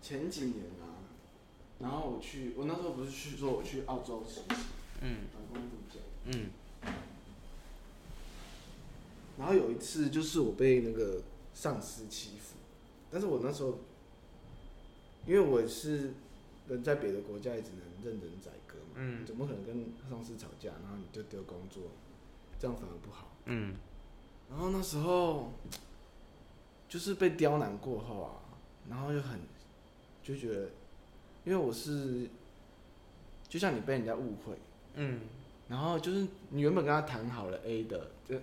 前几年啊，然后我去，我那时候不是去说我去澳洲实习，嗯打工度假，嗯然后有一次就是我被那个上司欺负，但是我那时候，因为我是人在别的国家，也只能任人宰割嘛，嗯怎么可能跟上司吵架，然后你就丢工作，这样反而不好。嗯然后那时候就是被刁难过后啊，然后就很就觉得，因为我是就像你被人家误会，嗯然后就是你原本跟他谈好了 A 的，就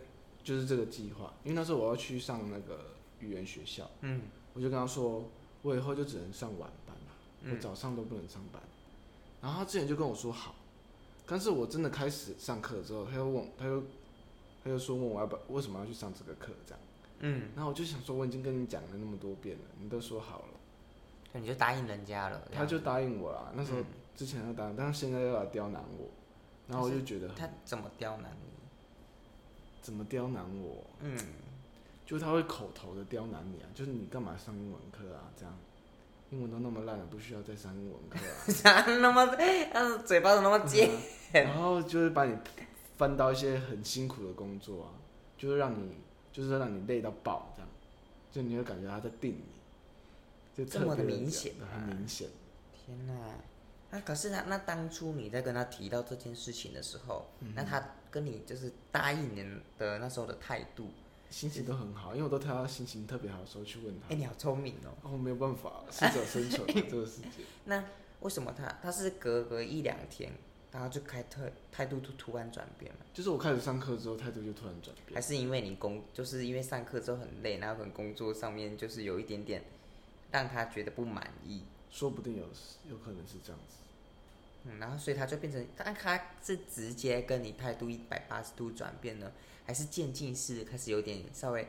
就是这个计划，因为那时候我要去上那个语言学校，嗯我就跟他说，我以后就只能上晚班了，我嗯早上都不能上班。然后他之前就跟我说好，但是我真的开始上课之后，他又问，他又他又说问我要不要为什么要去上这个课这样。嗯，然后我就想说，我已经跟你讲了那么多遍了，你都说好了，那你就答应人家了，这他样就子答应我了。那时候哎嗯之前就答应，但是现在又来刁难我，然后我就觉得他怎么刁难你？ 怎么刁难我？嗯就他会口头的刁难你啊，就是你干嘛上英文课啊？这样，英文都那么烂了，不需要再上英文课啊。 啥那么，他嘴巴怎么那么对 尖？啊然后就是把你翻到一些很辛苦的工作啊，就是让你就是让你累到爆这样，就你会感觉他在定你，就这特么的别地明讲显很吗明显。嗯天哪、那可是他那当初你在跟他提到这件事情的时候，那他跟你就是答应你的那时候的态度，心情都很好，因为我都挑他心情特别好的时候去问哎、他。你好聪明哦。哦，没有办法，适者生存 啊这个世界。那为什么他他是隔个一两天，然后就开特态度突突然转变了？就是我开始上课之后，态度就突然转还变。是因为你工就是因为上课之后很累，然后可能工作上面就是有一点点让他觉得不满意，说不定有有可能是这样子。嗯，然后所以他就变成，但他是直接跟你态度一百八十度转变呢，还是渐进式开始有点稍微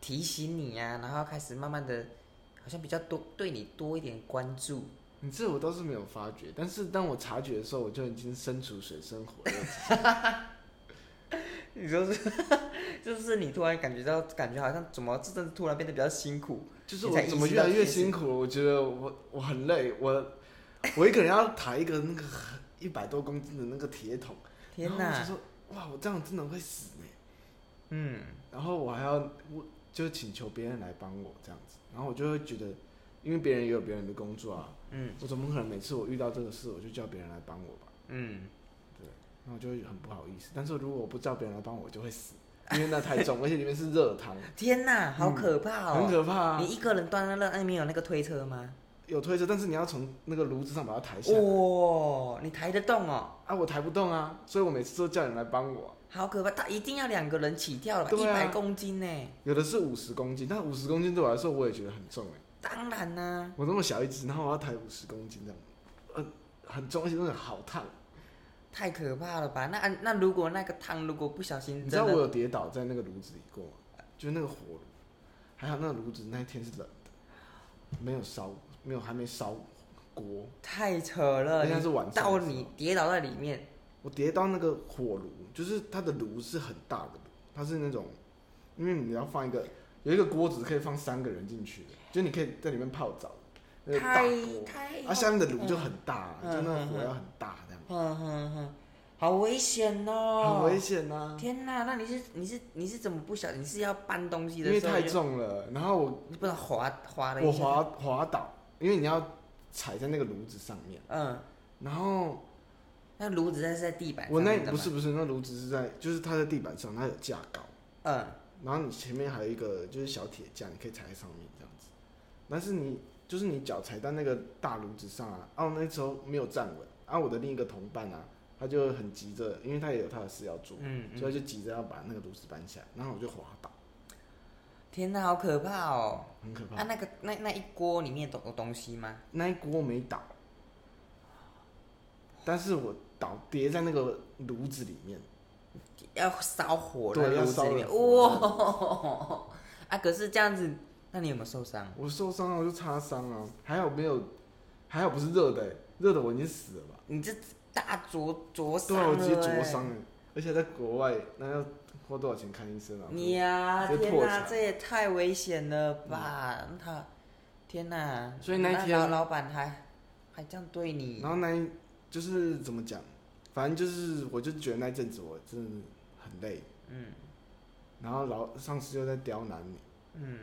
提醒你呀、然后开始慢慢的，好像比较多对你多一点关注，你这我倒是没有发觉，但是当我察觉的时候，我就已经身处水深火 热之中。你就是 就是你突然感觉到，感觉好像怎么这阵子突然变得比较辛苦，就是你才我意怎么识越来到越其实辛苦了？我觉得我我很累，我我一个人要抬一个那个一百多公斤的那个铁桶，天然后我就哪，说哇，我这样真的会死呢、嗯，然后我还要我就请求别人来帮我这样子，然后我就会觉得，因为别人也有别人的工作啊，嗯我怎么可能每次我遇到这个事我就叫别人来帮我吧？嗯，那我就会很不好意思。但是如果我不叫别人来帮我，我就会死，因为那太 重，而且里面是热汤，天哪，好嗯可怕很哦！可怕、啊你。一个人端在那，那你有那个推车吗？有推车，但是你要从那个炉子上把它抬下哇、来、你抬得动哦！啊，我抬不动啊，所以我每次都叫人来帮我啊、好可怕！他一定要两个人起跳了吧，一对啊百、公斤呢？有的是五十公斤，但五十公斤对我来说我也觉得很重哎、当然啦、我那么小一只，然后我要抬五十公斤这样，呃，很重，而且真的好烫。太可怕了吧？那啊那如果那个汤如果不小心你知道真我的有跌倒在那个炉子里过吗？就是那个火炉，还好那个炉子那一天是冷的，没有烧，没有还没烧锅，太扯了，而且呃你是晚上的时候。到你跌倒在里面，我跌到那个火炉，就是它的炉是很大的炉，它是那种，因为你要放一个有一个锅子可以放三个人进去的，就你可以在里面泡澡，那个大啊太锅，太，啊，下面的炉就很大，嗯就那个嗯火嗯要很大这样，哼哼哼，好危险哦！很危险啊呐、天哪，那你是你是你是怎么不小心？你是要搬东西因的为时候太就重了，然后我你不能滑滑了一我下，滑滑倒，因为你要踩在那个炉子上面，嗯，然后那炉子那是在地板上我那面的不吗是，不是那炉子是在，就是它在地板上，它有架高。嗯，然后你前面还有一个就是小铁架，你可以踩在上面这样子。但是你就是你脚踩在那个大炉子上啊，啊，我那时候没有站稳，啊，我的另一个同伴啊，他就很急着，因为他也有他的事要做，嗯嗯所以他就急着要把那个炉子搬下来，然后我就滑倒，天哪，好可怕哦！很可啊，怕。那个那那一锅里面有有东西吗？那一锅没倒，但是我倒跌在那个炉子里面，要烧火对的要炉子烧里面，了哇！ 啊，可是这样子，那你有没有受伤？我受伤了，我就擦伤了，还好没有，还好不是热的欸、热的我已经死了吧。你这大灼灼伤对了、啊，欸，我直接灼伤了，而且在国外，那要花多少钱看医生啊？你呀、直接天破哪、产这也太危险了吧！那他，天哪！所以那一天老老板还还这样对你然，后那一就是怎么讲，反正就是我就觉得那一阵子我真的很累，嗯然后老上司又在刁难你，嗯，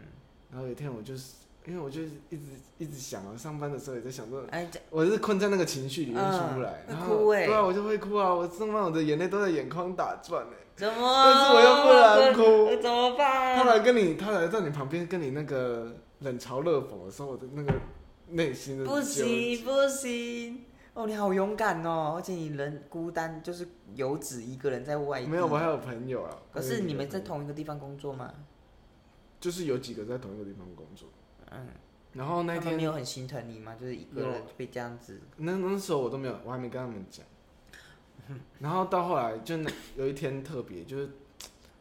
然后有一天我就是因为我就一直一直想啊，上班的时候也在想说，哎，这我是困在那个情绪里面出不来，嗯然会后哭欸对啊，我就会哭啊，我上班我的眼泪都在眼眶打转哎、怎么？哎但是我又不能哭哦我怎么他办？来跟你，他来在你旁边跟你那个冷嘲热讽的时候，我的那个内心的不纠行不行！哦，你好勇敢哦，而且你人孤单，就是游子一个人在外地。没有，我还有朋友啊。可我有是几个你们在朋友同一个地方工作吗？就是有几个在同一个地方工作，嗯，然后那他们没天有很心疼你吗？就是一个有人被这样子，那那时候我都没有，我还没跟他们 讲。然后到后来就那有一天特别，就是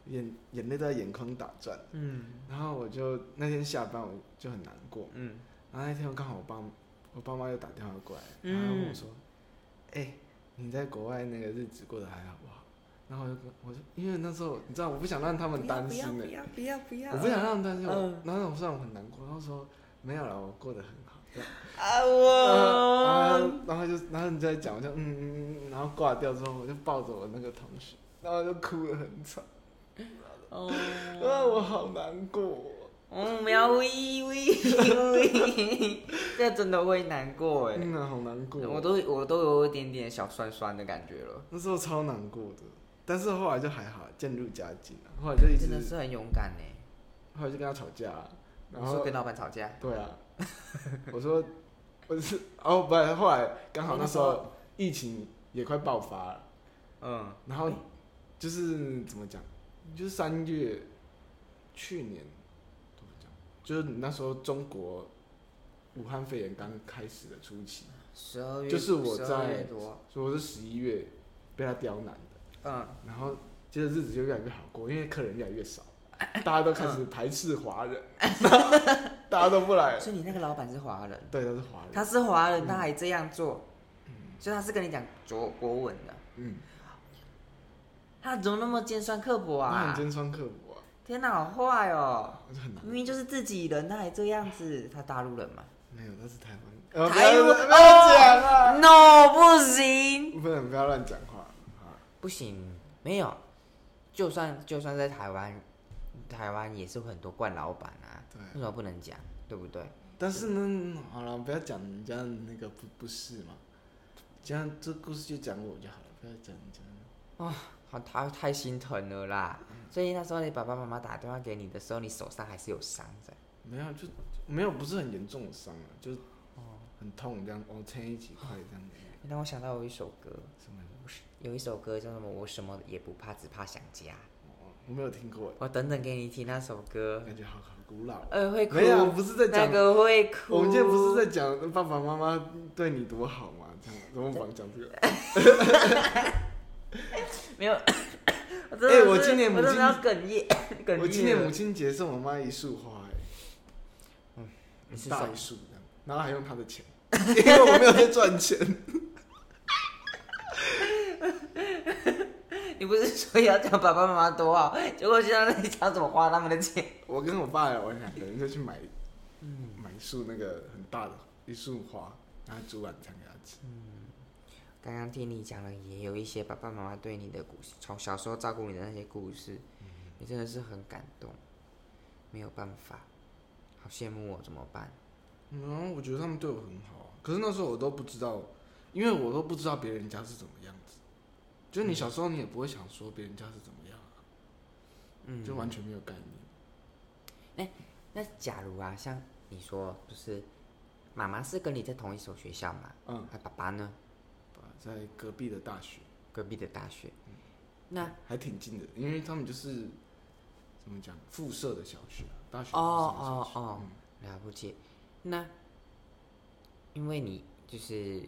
眼眼泪都在眼眶打转，嗯然后我就那天下班我就很难过，嗯然后那天刚好我爸我爸妈又打电话过来，嗯然后问我说：“哎、你在国外那个日子过得还好不好？”然后我就跟我就因为那时候你知道我不想让他们担心不呢、要不要不要！我不想让他们担心，我、嗯然后我说我很难过，然后说没有啦，我过得很好。这样啊然后我，然后就然后你在讲，我就嗯嗯嗯，然后挂掉之后，我就抱着我那个同学，然后就哭得很惨，哦，啊，我好难过。嗯，喵喂喂喂，这真的会难过哎，嗯啊，好难过。我都我都有一点点小酸酸的感觉了，那时候超难过的，但是后来就还好，渐入佳境啊。后来就一直真，的是很勇敢哎。后来就跟他吵架啊、然你说后跟老板吵架？对 啊，我说我是哦，不然后来刚好那时那时候疫情也快爆发了，嗯，然后就是怎么讲，就是三月去年怎么讲，就是你那时候中国武汉肺炎刚开始的初期，十二月就是我在12月多，所以我是十一月被他刁难的。嗯，然后接着日子就越来越好过，因为客人越来越 少，大家都开始排斥华人，大家都不来。所以你那个老板是华人，对，都是华人。他是华人，嗯他还这样做，所以他是跟你讲国国文的，嗯，他怎么那么尖酸刻薄他啊很？尖酸刻薄啊，天哪，好坏哦！我就很难。明明就是自己人，他还这样子，他大陆人嘛没有，他是台湾。呃，不台要湾哦不要讲啊！ ？No，不行，不能不要乱讲话啊！不行，没有，就算就算在台湾，台湾也是很多惯老板啊，对，为什么不能讲？对不对？但是呢，好了，不要讲人家那个不不是嘛，这样这故事就讲我就好了，不要讲人家。好，他太心疼了啦。嗯所以那时候你爸爸妈妈打电话给你的时候，你手上还是有伤的。没有，就没有，不是很严重的伤啊，就是很痛这样，哦，牵一起块这样子，让我想到有一首歌，什么的。有一首歌叫什么？我什么也不怕，只怕想家。哦我没有听过，我等等给你听那首歌，感觉好好古老哦。呃，会哭，没有，我不是在那讲，个会哭。我们今天不是在讲爸爸妈妈对你多好吗？这样怎么讲讲这个？没有， 我真的是哎我今年母我真亲的要哽咽， 哽咽。我今年母亲节送我妈一束花，哎嗯你，是大送一束这样，然后还用她的钱， 因为我没有在赚钱。你不是说要讲爸爸妈妈多好，结果现在在讲怎么花他们的钱？我跟我爸我们两个人就去买，嗯买一束那个很大的一束花，然后煮晚餐给她吃。刚刚听你讲了，也有一些爸爸妈妈对你的故事，从小时候照顾你的那些故事，嗯你真的是很感动，没有办法，好羡慕我，怎么办？嗯，我觉得他们对我很好、啊，可是那时候我都不知道，因为我都不知道别人家是怎么样子。就你小时候，你也不会想说别人家是怎么样、啊，嗯，就完全没有概念。那假如啊，像你说，就是妈妈是跟你在同一所学校嘛，嗯，那爸爸呢，在隔壁的大学隔壁的大学，那还挺近的，因为他们就是怎么讲附设的小学、啊，大学嗯哦附设的小哦学哦，了不起。那因为你就是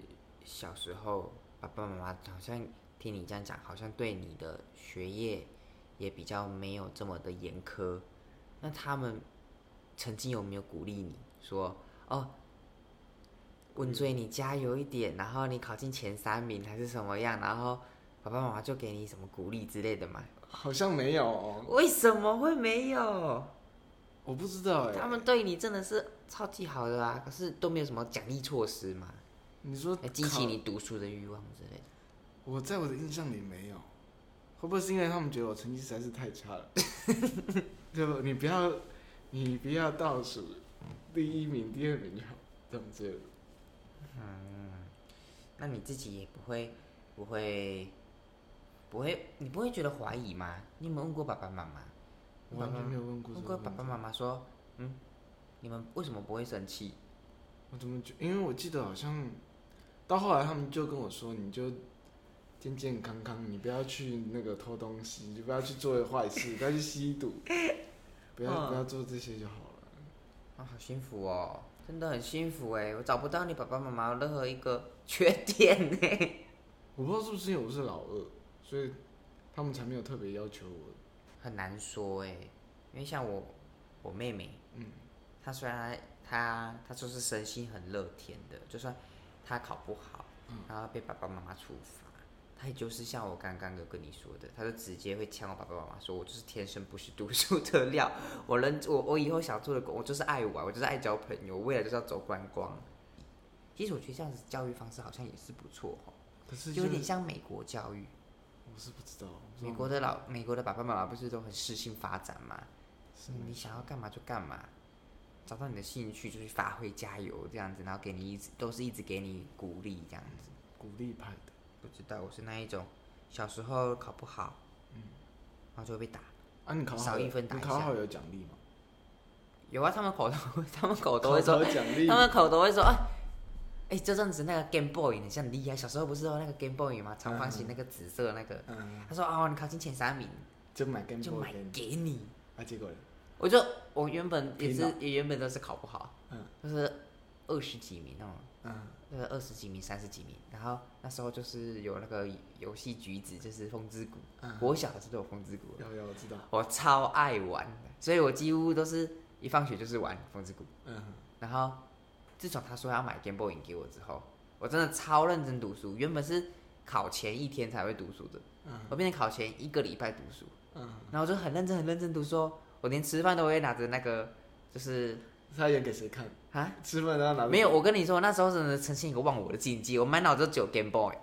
小时候爸爸妈妈好像听你这样讲，好像对你的学业也比较没有这么的严苛。那他们曾经有没有鼓励你说哦？文追，你加油一点，然后你考进前三名还是什么样，然后爸爸妈妈就给你什么鼓励之类的吗？好像没有、哦，为什么会没有？我不知道哎、他们对你真的是超级好的啊，可是都没有什么奖励措施嘛，你说来哎激考起你读书的欲望之类的。我在我的印象里没有，会不会是因为他们觉得我成绩实在是太差了？ 对不？你不要，你不要倒数第一名、第二名就好，这样子。那你自己也不会，不会，不会，你不会觉得怀疑吗？你有没有问过爸爸妈妈？我完全没有问过这问个过问题爸爸妈妈说，嗯，你们为什么不会生气？我怎么觉？因为我记得好像到后来他们就跟我说，你就健健康康，你不要去那个偷东西，你不要去做坏事，不要去吸毒，不要、嗯不要做这些就好了。啊，好幸福哦，真的很幸福哎！我找不到你爸爸妈妈任何一个缺点哎。我不知道是不是因为我是老二，所以他们才没有特别要求我。很难说哎，因为像我，我妹妹，嗯，她虽然她她就是身心很乐天的，就算她考不好，嗯然后被爸爸妈妈处罚，她也就是像我刚刚有跟你说的，她就直接会呛我爸爸妈妈说，我就是天生不是读书的料， 我人我我以后想做的工，我就是爱玩，我就是爱交朋友，我未来就是要走观光。其实我觉得这样子教育方式好像也是不错哦，可是就就有是点像美国教育。我是不知道，我不知道美国的老嗯美国的爸爸妈妈不是都很适性发展吗？是嗯你想要干嘛就干嘛，找到你的兴趣就去发挥加油这样子，然后给你一直都是一直给你鼓励这样子。鼓励派的，不知道我是那一种，小时候考不好，嗯然后就会被打。啊，你考好少有一分打你一下考好有奖励吗？有啊，他们口头 他们口头考哦会说，好有奖励 他，们口头会说，哎、哎、这阵子那个 Game Boy 很像厉害，小时候不是有那个 Game Boy 吗？长方形那个紫色的那个，嗯，他说哦，你考进前三名就买 Game 就 Boy 买给你，给你。啊，结果嘞，我就我原本也拼是了也原本都是考不好，嗯就是二十几名那种，嗯，呃二十几名、三十几名。然后那时候就是有那个游戏橘子，就是风之谷，嗯我小的时候都有风之谷，有有我知道，我超爱玩的，所以我几乎都是一放学就是玩风之谷。嗯，然后自从他说要买 Game Boy 给我之后，我真的超认真读书，原本是考前一天才会读书的，嗯我变成考前一个礼拜读书。嗯，然后我就很认真、很认真读书哦，我连吃饭都会拿着那个，就是他演给谁看？啊，吃饭然后拿着没有，我跟你说，那时候真的呈现一个忘我的境界，我满脑子都只有 Game Boy，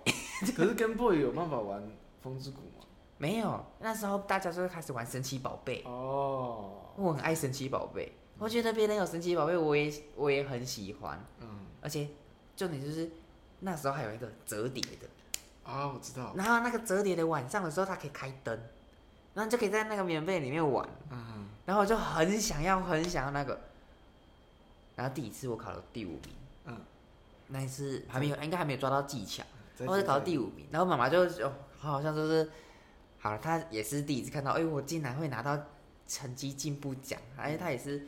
可是 Game Boy 有办法玩风之谷吗？没有，那时候大家就会开始玩神奇宝贝，哦，我很爱神奇宝贝，我觉得别人有神奇宝贝，我也我也很喜欢，嗯，而且重点就是那时候还有一个折叠的，啊，我知道，然后那个折叠的晚上的时候它可以开灯，然后你就可以在那个棉被里面玩，嗯，然后我就很想要，很想要那个。然后第一次我考了第五名，嗯，那一次还没有，应该还没有抓到技巧，再然后就见考到第，五名。然后妈妈就哦，她好像就是，好了，她也是第一次看到，哎，我竟然会拿到成绩进步奖，而且她也是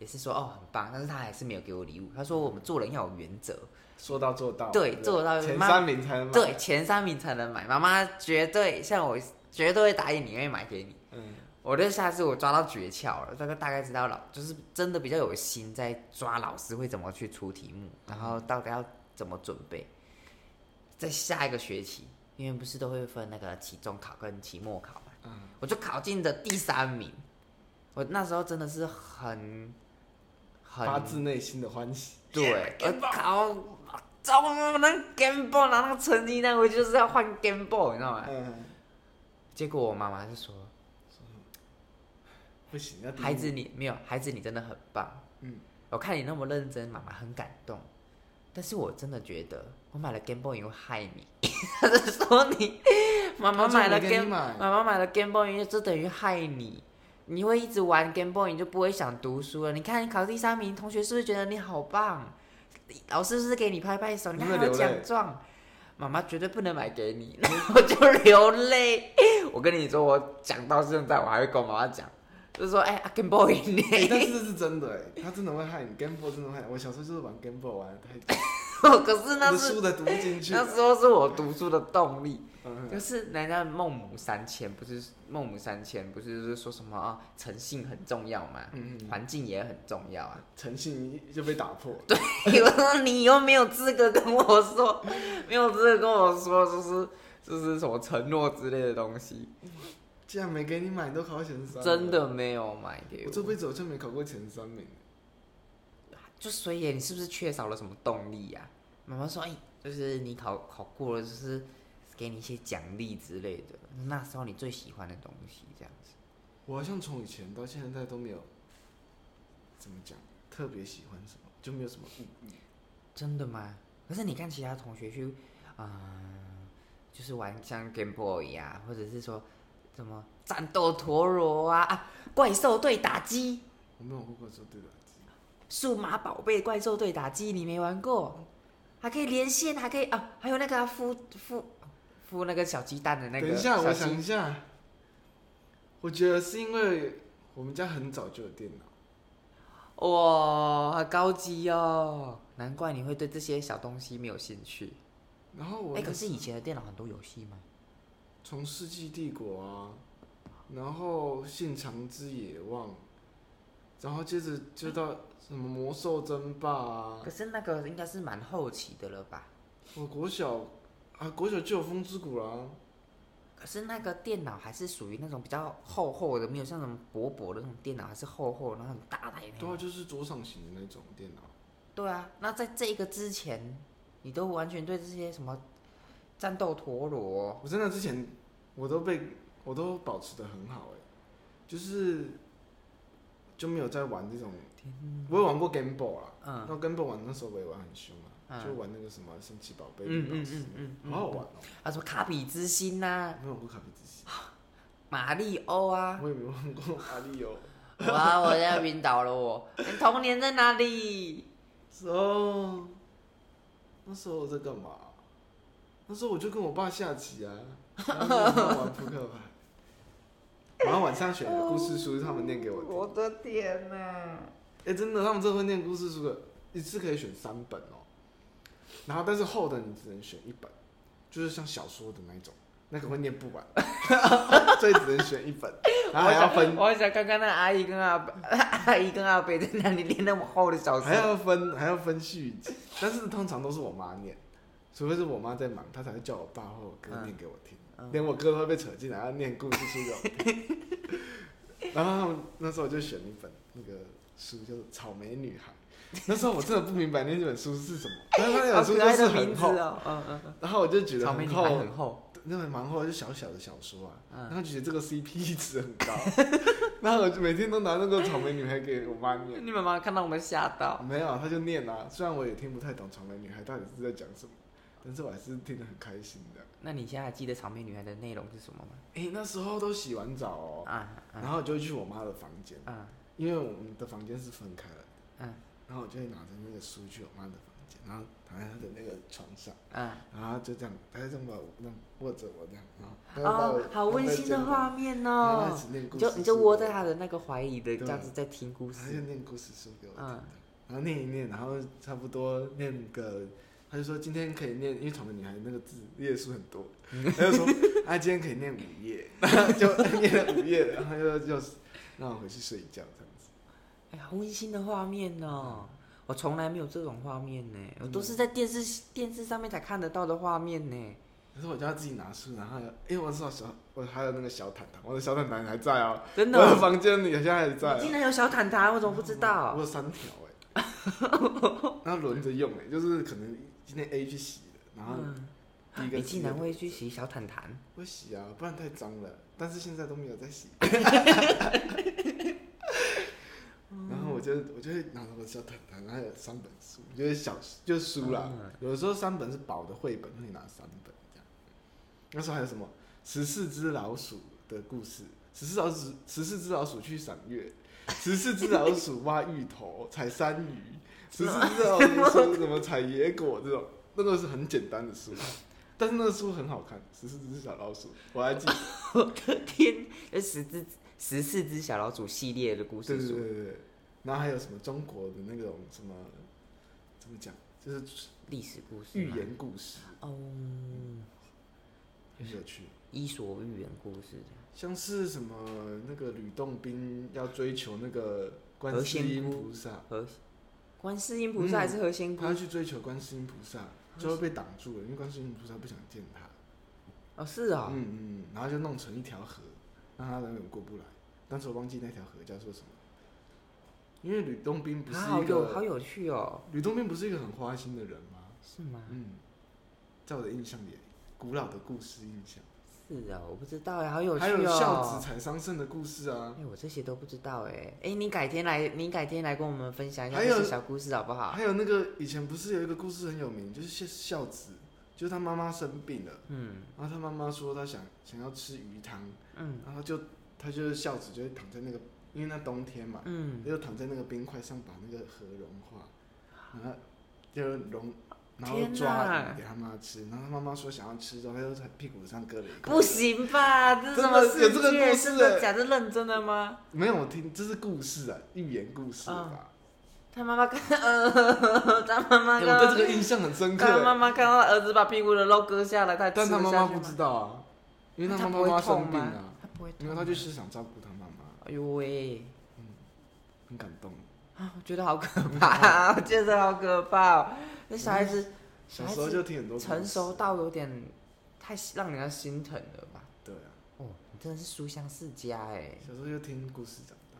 也是说哦很棒，但是她还是没有给我礼物，她说我们做人要有原则，说到做到，对不做到前妈三名才能买，对，前三名才能买，妈妈绝对像我绝对会答应你，愿意买给你。嗯，我就下次我抓到诀窍了，大概大概知道老就是真的比较有心在抓老师会怎么去出题目，然后嗯到底要怎么准备，在下一个学期，因为不是都会分那个期中考跟期末考嘛，嗯，我就考进的第三名，我那时候真的是很很发自内心的欢喜，对，我考终于能 Game Boy 拿那个成绩单，我就是要换 Game Boy，你知道吗？嗯，结果我妈妈就说。不行，要第一孩子你没有，孩子你真的很棒。嗯，我看你那么认真，妈妈很感动。但是我真的觉得，我买了 Game Boy 因为害你， 他是说你妈妈买他了就没给你 Game，买妈妈买了 Game Boy 就等于害你。你会一直玩 Game Boy，你就不会想读书了。你看你考第三名，同学是不是觉得你好棒？老师是不是给你拍拍手？你有看没有还有流奖泪状。妈妈绝对不能买给你，然后我就流泪。我跟你说，我讲到现在，我还会跟我妈妈讲，就是说，哎、g a m e Boy 哎但呢？是这是真的哎，他真的会害你，Game Boy 真的会害你。我小时候就是玩 Game Boy 玩得太久，可是我那的是书都读不进去。那时候是我读书的动力，嗯就是人家孟母三迁，不是孟母三迁，不是就是说什么啊，诚信很重要嘛，嗯嗯，环境也很重要啊。 诚信就被打破。对，我说你又没有资格跟我说，没有资格跟我说，就是就是什么承诺之类的东西。既然没给你买，你都考到前三了，真的没有买给我这辈子好像没考过前三名。就所以你是不是缺少了什么动力呀、妈妈说，哎、就是你考考过了，就是给你一些奖励之类的，那时候你最喜欢的东西这样子。我好像从以前到现在都没有怎么讲特别喜欢什么，就没有什么物欲。真的吗？可是你看其他同学去，啊、就是玩像 Game Boy 啊，或者是说什么战斗陀螺啊、啊怪兽对打机、我没有玩过怪兽对打机，数码宝贝、怪兽对打机，你没玩过？还可以连线，还可以啊，还有那个啊孵孵孵那个小鸡蛋的那个等一下，我小鸡想一下，我觉得是因为我们家很早就有电脑，哇，好高级哦！难怪你会对这些小东西没有兴趣。然后我哎、那可是以前的电脑很多游戏吗？从《世纪帝国》啊，然后《信长之野望》，然后接着就到什么《魔兽争霸》啊可，是那个应该是蛮后期的了吧？我国小啊，国小就有《风之谷》啦。可是那个电脑还是属于那种比较厚厚的，没有像什么薄薄的那种电脑，还是厚厚的，然后很大台那对啊，种。就是桌上型的那种电脑。对啊，那在这一个之前，你都完全对这些什么战斗陀螺，我真的之前我都被我都保持的很好哎、就是就没有在玩这种。我有玩过 Game Boy 啦，嗯那 Game Boy 玩那时候我也玩很凶啊，嗯就玩那个什么神奇宝贝、嗯绿嗯宝石嗯，嗯嗯，好好玩哦、啊，什么卡比之啊 心呐、没有玩过卡比之心，马里欧啊，我也没玩过马里 奥。哇，我要晕倒了我！你童年在哪里？ So，那时候我在干嘛？那时候我就跟我爸下棋啊，然后玩扑克牌。然 后晚上选的故事书，是他们念给我听。的天哪、哎、真的，他们这会念故事书的，一次可以选三本哦。然后，但是厚的你只能选一本，就是像小说的那一种，那个会念不完， 所以只能选一本，然后还要分，我想刚刚那阿姨跟阿伯 阿姨跟阿伯在那里练那么厚的小还说，要分，还要分续集。 但是通常都是我妈念，除非是我妈在忙，她才会叫我爸或我哥嗯念给我听，嗯连我哥都会被扯进来要念故事书给我听。 然后他们那时候就选一本那个书，叫做《草莓女孩》。那时候我真的不明白那本书是 什么，但是那好本书可就爱是的名很字厚，哦，嗯嗯嗯，然后我就觉得草莓很啊女孩厚，很厚，那本蛮厚，就小小的小说啊，嗯然后就觉得这个 CP 值很高， 然后我就每天都拿那个《草莓女孩》给我妈念。你妈妈看到我们吓到，没有，他就念啦、虽然我也听不太懂草莓女孩到底是在讲什么，但是我还是听得很开心的。那你现在还记得草莓女孩的内容是什么吗？诶，那时候都洗完澡哦，啊然后我就去我妈的房间，啊因为我们的房间是分开了，嗯，然后我就会拿着那个书去我妈的房间，然后躺在她的那个床上，啊！然后就这样，她就这样把我这样握着我这样，然后她就把我哦，好温馨的，画面然后哦开！始念故你事就书你就窝在给我她的那个怀里的这样子在听故他就事，念故事书给我听的，嗯然后念一念，然后差不多念个，他就说今天可以念，因为草莓女孩那个字页数很 多，他就说啊今天可以念五页，然后就念了五页，然后就就是让我回去睡一觉这样子。哎呀，好温馨的画面嗯哦！我从来没有这种画面呢，我都是在电视电视上面才看得到的画面呢。可是我就要自己拿书，然后因为我知道小我还有那个小毯毯，我的小毯毯还在哦，真的我哦的，房间里好像还在你竟哦、然有小毯毯，我怎么不知我道？有三条哎、 然后轮着用哎、就是可能今天 A 去洗的，然后嗯，第一个你是竟然那个会去洗小毯毯？会洗啊，不然太脏了。但是现在都没有在洗。然后我就我就会拿着我的小毯毯，然后有三本书，就是小就是书啦。嗯有的时候三本是薄的绘本，会拿三本这样。那时候还有什么十四只老鼠的故事，十四老鼠十四只老鼠去赏月，十四只老鼠挖芋头采山芋，十四只老鼠说什么采野果这种，那个是很简单的书，但是那个书很好看，十四只小老鼠，我还记得。我的 天，这十只十四只小老鼠系列的故对事对对书，对对，然后还有什么中国的那种什么怎么讲，就是历史故事寓吗言故事，哦，很有趣。伊索寓言故事像是什么那个吕洞宾要追求那个观世音菩萨，和观世音菩萨还是和仙姑嗯他？要去追求观世音菩萨，就会被挡住了，因为观世音菩萨不想见他。嗯哦，是啊，嗯嗯，然后就弄成一条河，让他永远过不来。但是我忘记那条河叫做什么，因为吕洞宾不是啊好一有好个有趣哦，吕洞宾不是一个很花心的人吗？是吗？嗯，在我的印象里，古老的故事印象，是啊，我不知道哎，好有趣还有孝子哦。采桑葚的故事啊哎、，我这些都不知道哎。哎，你改天来，你改天来跟我们分享一下还这有些小故事好不好？还有那个以前不是有一个故事很有名，就是孝孝子，就是他妈妈生病了，嗯然后他妈妈说他想想要吃鱼汤，嗯然后就他就是孝子就会躺在那个，因为那冬天嘛，嗯，就躺在那个冰块上把那个河融化，然后就融，然后天抓哪鱼给他妈吃，然后他妈妈说想要吃，然后他就在屁股上割了一个。不行吧？这是什么真的有世这个界？故事真的哎假的？认真的吗？没有，我听这是故事啊，寓言故事吧。他妈妈看，呃， 他妈妈哎看我对这到，个印象很深刻他妈欸，妈看到儿子把屁股的肉割下来，他吃但他得妈下妈去不吗知道啊，因为那他他妈不会妈生痛病吗啊，他不会痛没有，吗，他就是想照顾他妈妈，哎呦喂，很感动。啊，我觉得好可怕，我 觉得好可怕、哦。那小孩子小时候就听很多故事成熟，到有点太让人家心疼了吧？对啊，哦，你真的是书香世家哎！小时候就听故事长大。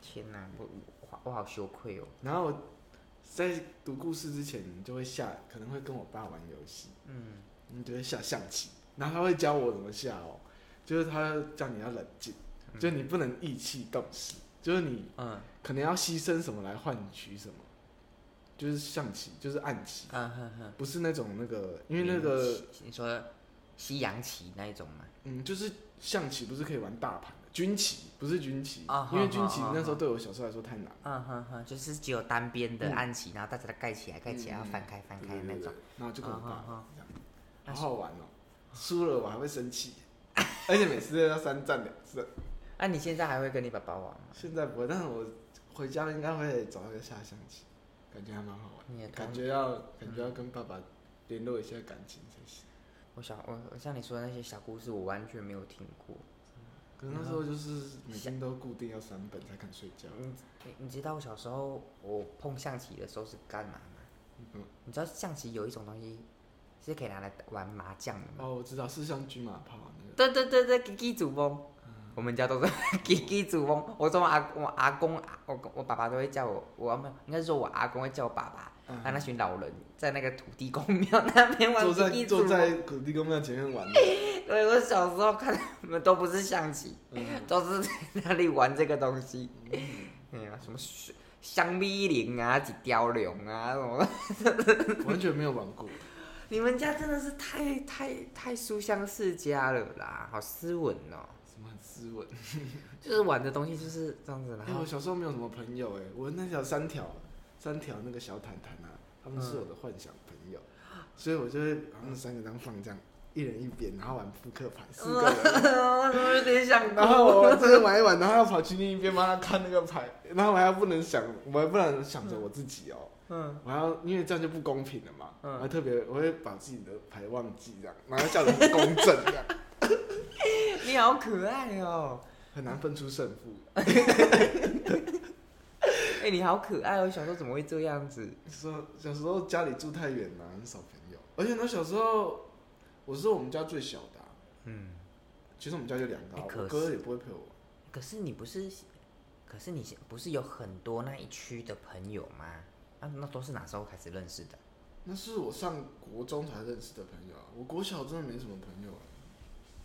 天哪、我我好我好羞愧哦。然后我在读故事之前，就会下，可能会跟我爸玩游戏，嗯，你就会下象棋，然后他会教我怎么下哦，就是他叫你要冷静，嗯就是你不能意气动势，就是你嗯可能要牺牲什么来换取什么，就是象棋，就是暗棋，嗯哼哼，不是那种那个，因为那个，你你说西洋棋那一种吗？嗯，就是象棋不是可以玩大盘的，军棋不是军棋啊，因为好军棋好好那时候对我小时候来说太难了，嗯哼哼，就是只有单边的嗯暗棋，然后大家都盖起来，盖起来，嗯要翻开翻对开对那对种对。，然后就跟我爸啊啊玩啊这样，好好玩哦，输了我还会生气， 而且每次都要三战两胜，那、你现在还会跟你爸爸玩吗？现在不会，但是我回家应该会找一个下象棋，感觉还蛮好玩，你也感觉要感觉要跟爸爸联络一下感情才行。我想我我像你说的那些小故事，我完全没有听过。可是那时候就是每天都固定要三本才肯睡觉，你你你知道我小时候我碰象棋的时候是干嘛吗？嗯，你知道象棋有一种东西是可以拿来玩麻将的吗？哦，我知道，是像军马炮那个，对对对对，吉吉主翁，嗯 我们家都是吉吉主翁。我从阿我阿公啊我我爸爸都会叫我，我没有应该是说我阿公会叫我爸爸。嗯啊，那群老人在那个土地公庙 那边玩坐吉在吉坐主翁。在土地公庙前面玩的，对，我小时候看他们都不是象棋，嗯， 都是在那里玩这个东西。哎呀、什么水香米林啊，几雕龙啊，什么？完全没有玩过。你们家真的是太太太书香世家了啦，好斯文哦。什么很斯文？就是玩的东西就是这样子，然哎、后我小时候没有什么朋友哎、我那条三条三条那个小坦坦啊，他们是嗯我的幻想朋友，所以我就会把他们三个当放这样，一人一边，然后玩扑克牌，四个呃人，我怎么有点想然 后我哭？这个玩一玩，然后要跑去另一边帮他看那个牌，然后我还不能想，我还不能想着我自己哦、嗯，我要因为这样就不公平了嘛，嗯我还特别我会把自己的牌忘记这样，然后叫人很公正这样， 你好可爱哦。很难分出胜负。哎、你好可爱哦！小时候怎么会这样子？说小时候家里住太远了，很少朋友。而且呢，小时候我是我们家最小的啊、嗯，其实我们家就两个啊、哎可我哥也不会陪我玩。可是你不是，可是你不是有很多那一区的朋友吗？啊，那都是哪时候开始认识的？那是我上国中才认识的朋友啊，我国小真的没什么朋友啊、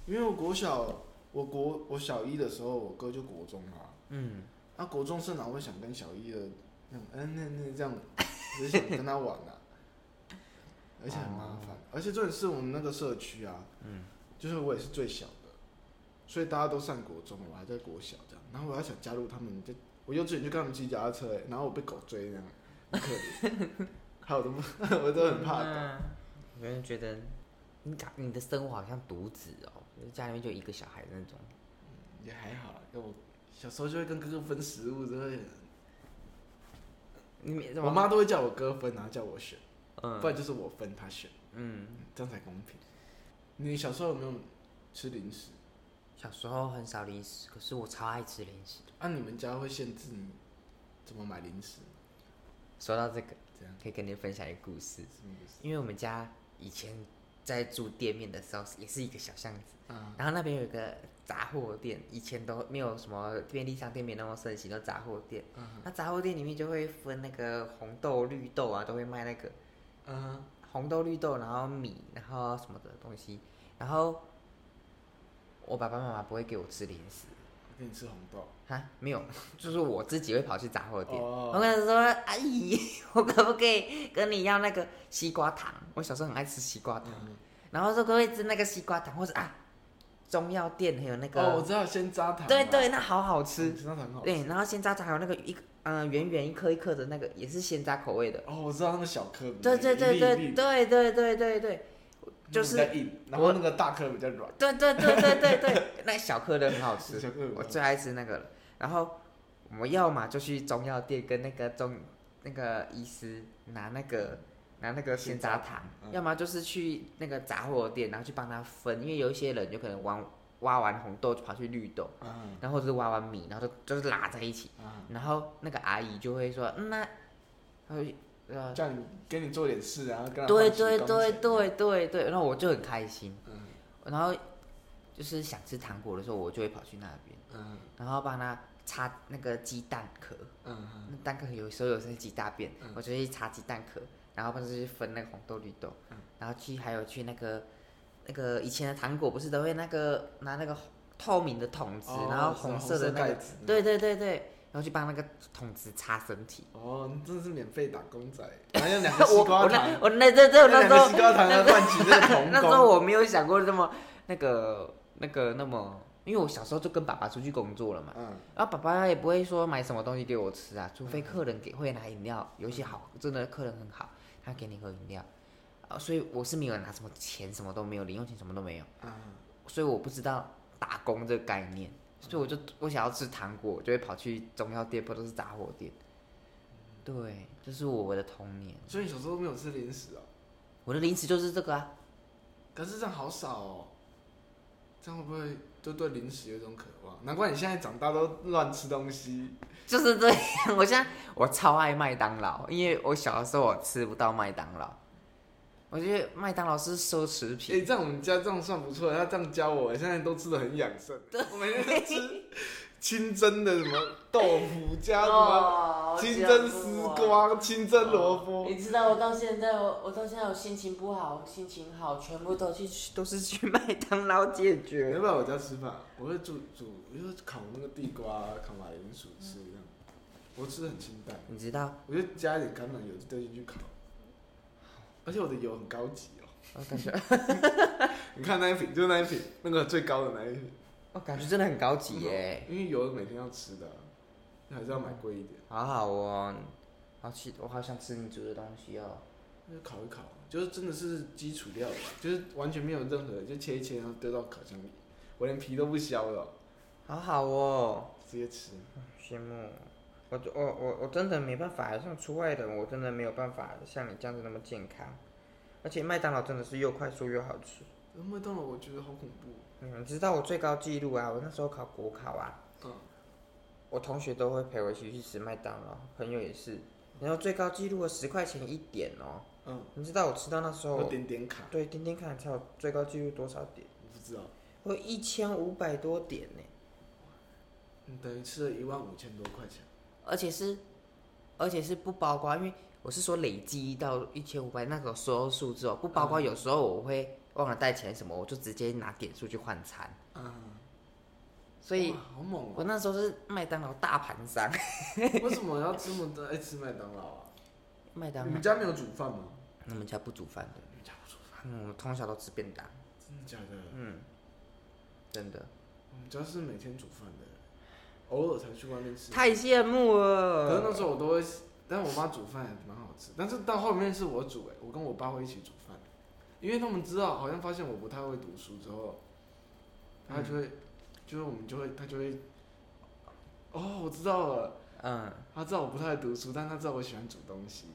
因为我国小，我国我小一的时候，我哥就国中啊啦、嗯，那、国中生哪会想跟小一的那种， 嗯、那那这样，只是想跟他玩啊，而且很麻烦，而且重点是我们那个社区啊，嗯，就是我也是最小的，所以大家都上国中，我还在国小这样，然后我要想加入他们，就我幼稚园就跟他们骑脚踏车、欸，然后我被狗追那样，很可怜，还有我都不， 我都很怕狗，嗯我就觉得你感你的生活好像独子哦，就是家里面就一个小孩的那种。也还好啦，因为我小时候就会跟哥哥分食物，就会，你没我妈都会叫我哥分，然后叫我选，不嗯然就是我分他选。嗯，这样才公平。你小时候有没有吃零食？小时候很少零食，可是我超爱吃零食的。啊，你们家会限制你怎么买零食吗？说到这个，这样可以跟你分享一个故事。什么意思？因为我们家以前在住店面的时候，也是一个小巷子，啊，然后那边有一个杂货店，以前都没有什么便利商店没那么盛行，都杂货店。嗯那杂货店里面就会分那个红豆、绿豆啊，都会卖那个嗯，红豆、绿豆，然后米，然后什么的东西。然后我爸爸妈妈不会给我吃零食给你吃红豆。哈，没有， 就是我自己会跑去杂货店。我哦，跟他说：“阿姨，我可不可以跟你要那个西瓜糖？我小时候很爱吃西瓜糖，嗯然后说可不可以吃那个西瓜糖，或者啊，中药店还有那个，哦，我知道鲜楂糖啊。对对，那好好嗯，吃。鲜楂糖好。对，然后鲜榨糖还有那个一嗯、呃、圆圆一颗一颗的那个，也是鲜榨口味的。哦，我知道那个小颗比较对对对一对粒一粒对对对对对，就是那个比较硬，然后那个大颗比较软。对对对对对对，那小颗的很好 吃。小颗比较我软最爱吃那个了。然后我们要嘛就去中药店跟那个中那个医师拿那个拿那个鲜榨糖，嗯要么就是去那个杂货店，然后去帮他分，因为有一些人有可能挖挖完红豆就跑去绿豆，嗯然后就是挖完米，然后就就是拉在一起，嗯，然后那个阿姨就会说，嗯、那，她会呃，叫你给你做点事，然后跟他对换取对工对钱对，对对，然后我就很开心，嗯然后就是想吃糖果的时候，我就会跑去那边。嗯然后帮他擦那个鸡蛋壳，嗯那蛋壳有时候有些鸡大便，嗯我就去擦鸡蛋壳，然后帮他去分那个红豆绿豆，嗯然后去还有去那个那个以前的糖果不是都会那个拿那个透明的桶子，哦然后什么红色的那盖个，子，对对对对，然后去帮那个桶子擦身 体。哦，你真的是免费打工 仔，然后用两个我西瓜我糖那，我那这这用那两个时候西瓜糖来 那时候换取这个童那时候工。我没有想过这么那个那个那么，因为我小时候就跟爸爸出去工作了嘛。嗯，然后爸爸也不会说买什么东西给我吃啊，除非客人给会拿饮料，有一些好真的客人很好，他给你喝饮料，啊，所以我是没有拿什么钱，什么都没有，零用钱什么都没有，嗯所以我不知道打工这个概念，所以我就我想要吃糖果，我就会跑去中药店或者是杂货店，对，这是我的童年，所以你小时候没有吃零食哦，我的零食就是这个啊，可是这样好少哦，这样会不会就对零食有一种渴望？难怪你现在长大都乱吃东西。就是这样，我现在我超爱麦当劳，因为我小的时候我吃不到麦当劳，我觉得麦当劳是奢侈品哎、。这样我们家这样算不错，他这样教我，现在都吃的很养生。我每天都吃清蒸的什么豆腐加什么哦，啊清蒸丝瓜、清蒸萝卜。你知道我到现在，我我到现在我心情不好，心情好，全部都去都是去麦当劳解要决。不要我家吃饭？我会煮煮，我就烤那个地瓜、烤马铃薯吃这样。我吃的很清淡，你知道，我就加一点橄榄油就丢进去烤，而且我的油很高级哦。我感觉 你看那一瓶，就那一瓶，那个最高的那一瓶。我感觉真的很高级耶，因为油每天要吃的啊、那还是要买贵一点。好好哦，好吃，我好想吃你煮的东西哦。那就烤一烤，就是真的是基础料理，就是完全没有任何，就切一切，然后丢到烤箱里，我连皮都不削了哦，好好哦，直接吃。羡慕。我我我我真的没办法，像出外的我真的没有办法像你这样子那么健康，而且麦当劳真的是又快速又好吃。麦当劳我觉得好恐怖，嗯，你知道我最高纪录啊？我那时候考国考啊，嗯，我同学都会陪我一起去吃麦当劳，朋友也是。然后最高纪录的十块钱一点哦，嗯，你知道我吃到那时我候，点点卡，对，点点看才有最高纪录多少点？我不知道，我一千五百多点呢，你嗯等于吃了一万五千多块钱，而且是，而且是不包括，因为我是说累积到一千五百那个时候数字哦，不包括有时候我会忘了带钱什么，我就直接拿点数去换餐，嗯，所以哇好猛我哦、那时候是麦当劳大盘商，为什么要这么的爱吃麦当劳啊？麦当你劳们，家没有煮饭吗？我们家不煮饭的，你们家不煮饭，嗯，我们从小都吃便当。真的假的？嗯，真的我们家是每天煮饭的，偶尔才去外面吃。太羡慕可是了。那时候我都会，但是我妈煮饭也蛮好吃，但是到后面是我煮、欸，我跟我爸会一起煮饭，因为他们知道，好像发现我不太会读书之后，他就会，就是我们就会，他就会，哦，我知道了，嗯，他知道我不太会读书，但他知道我喜欢煮东西，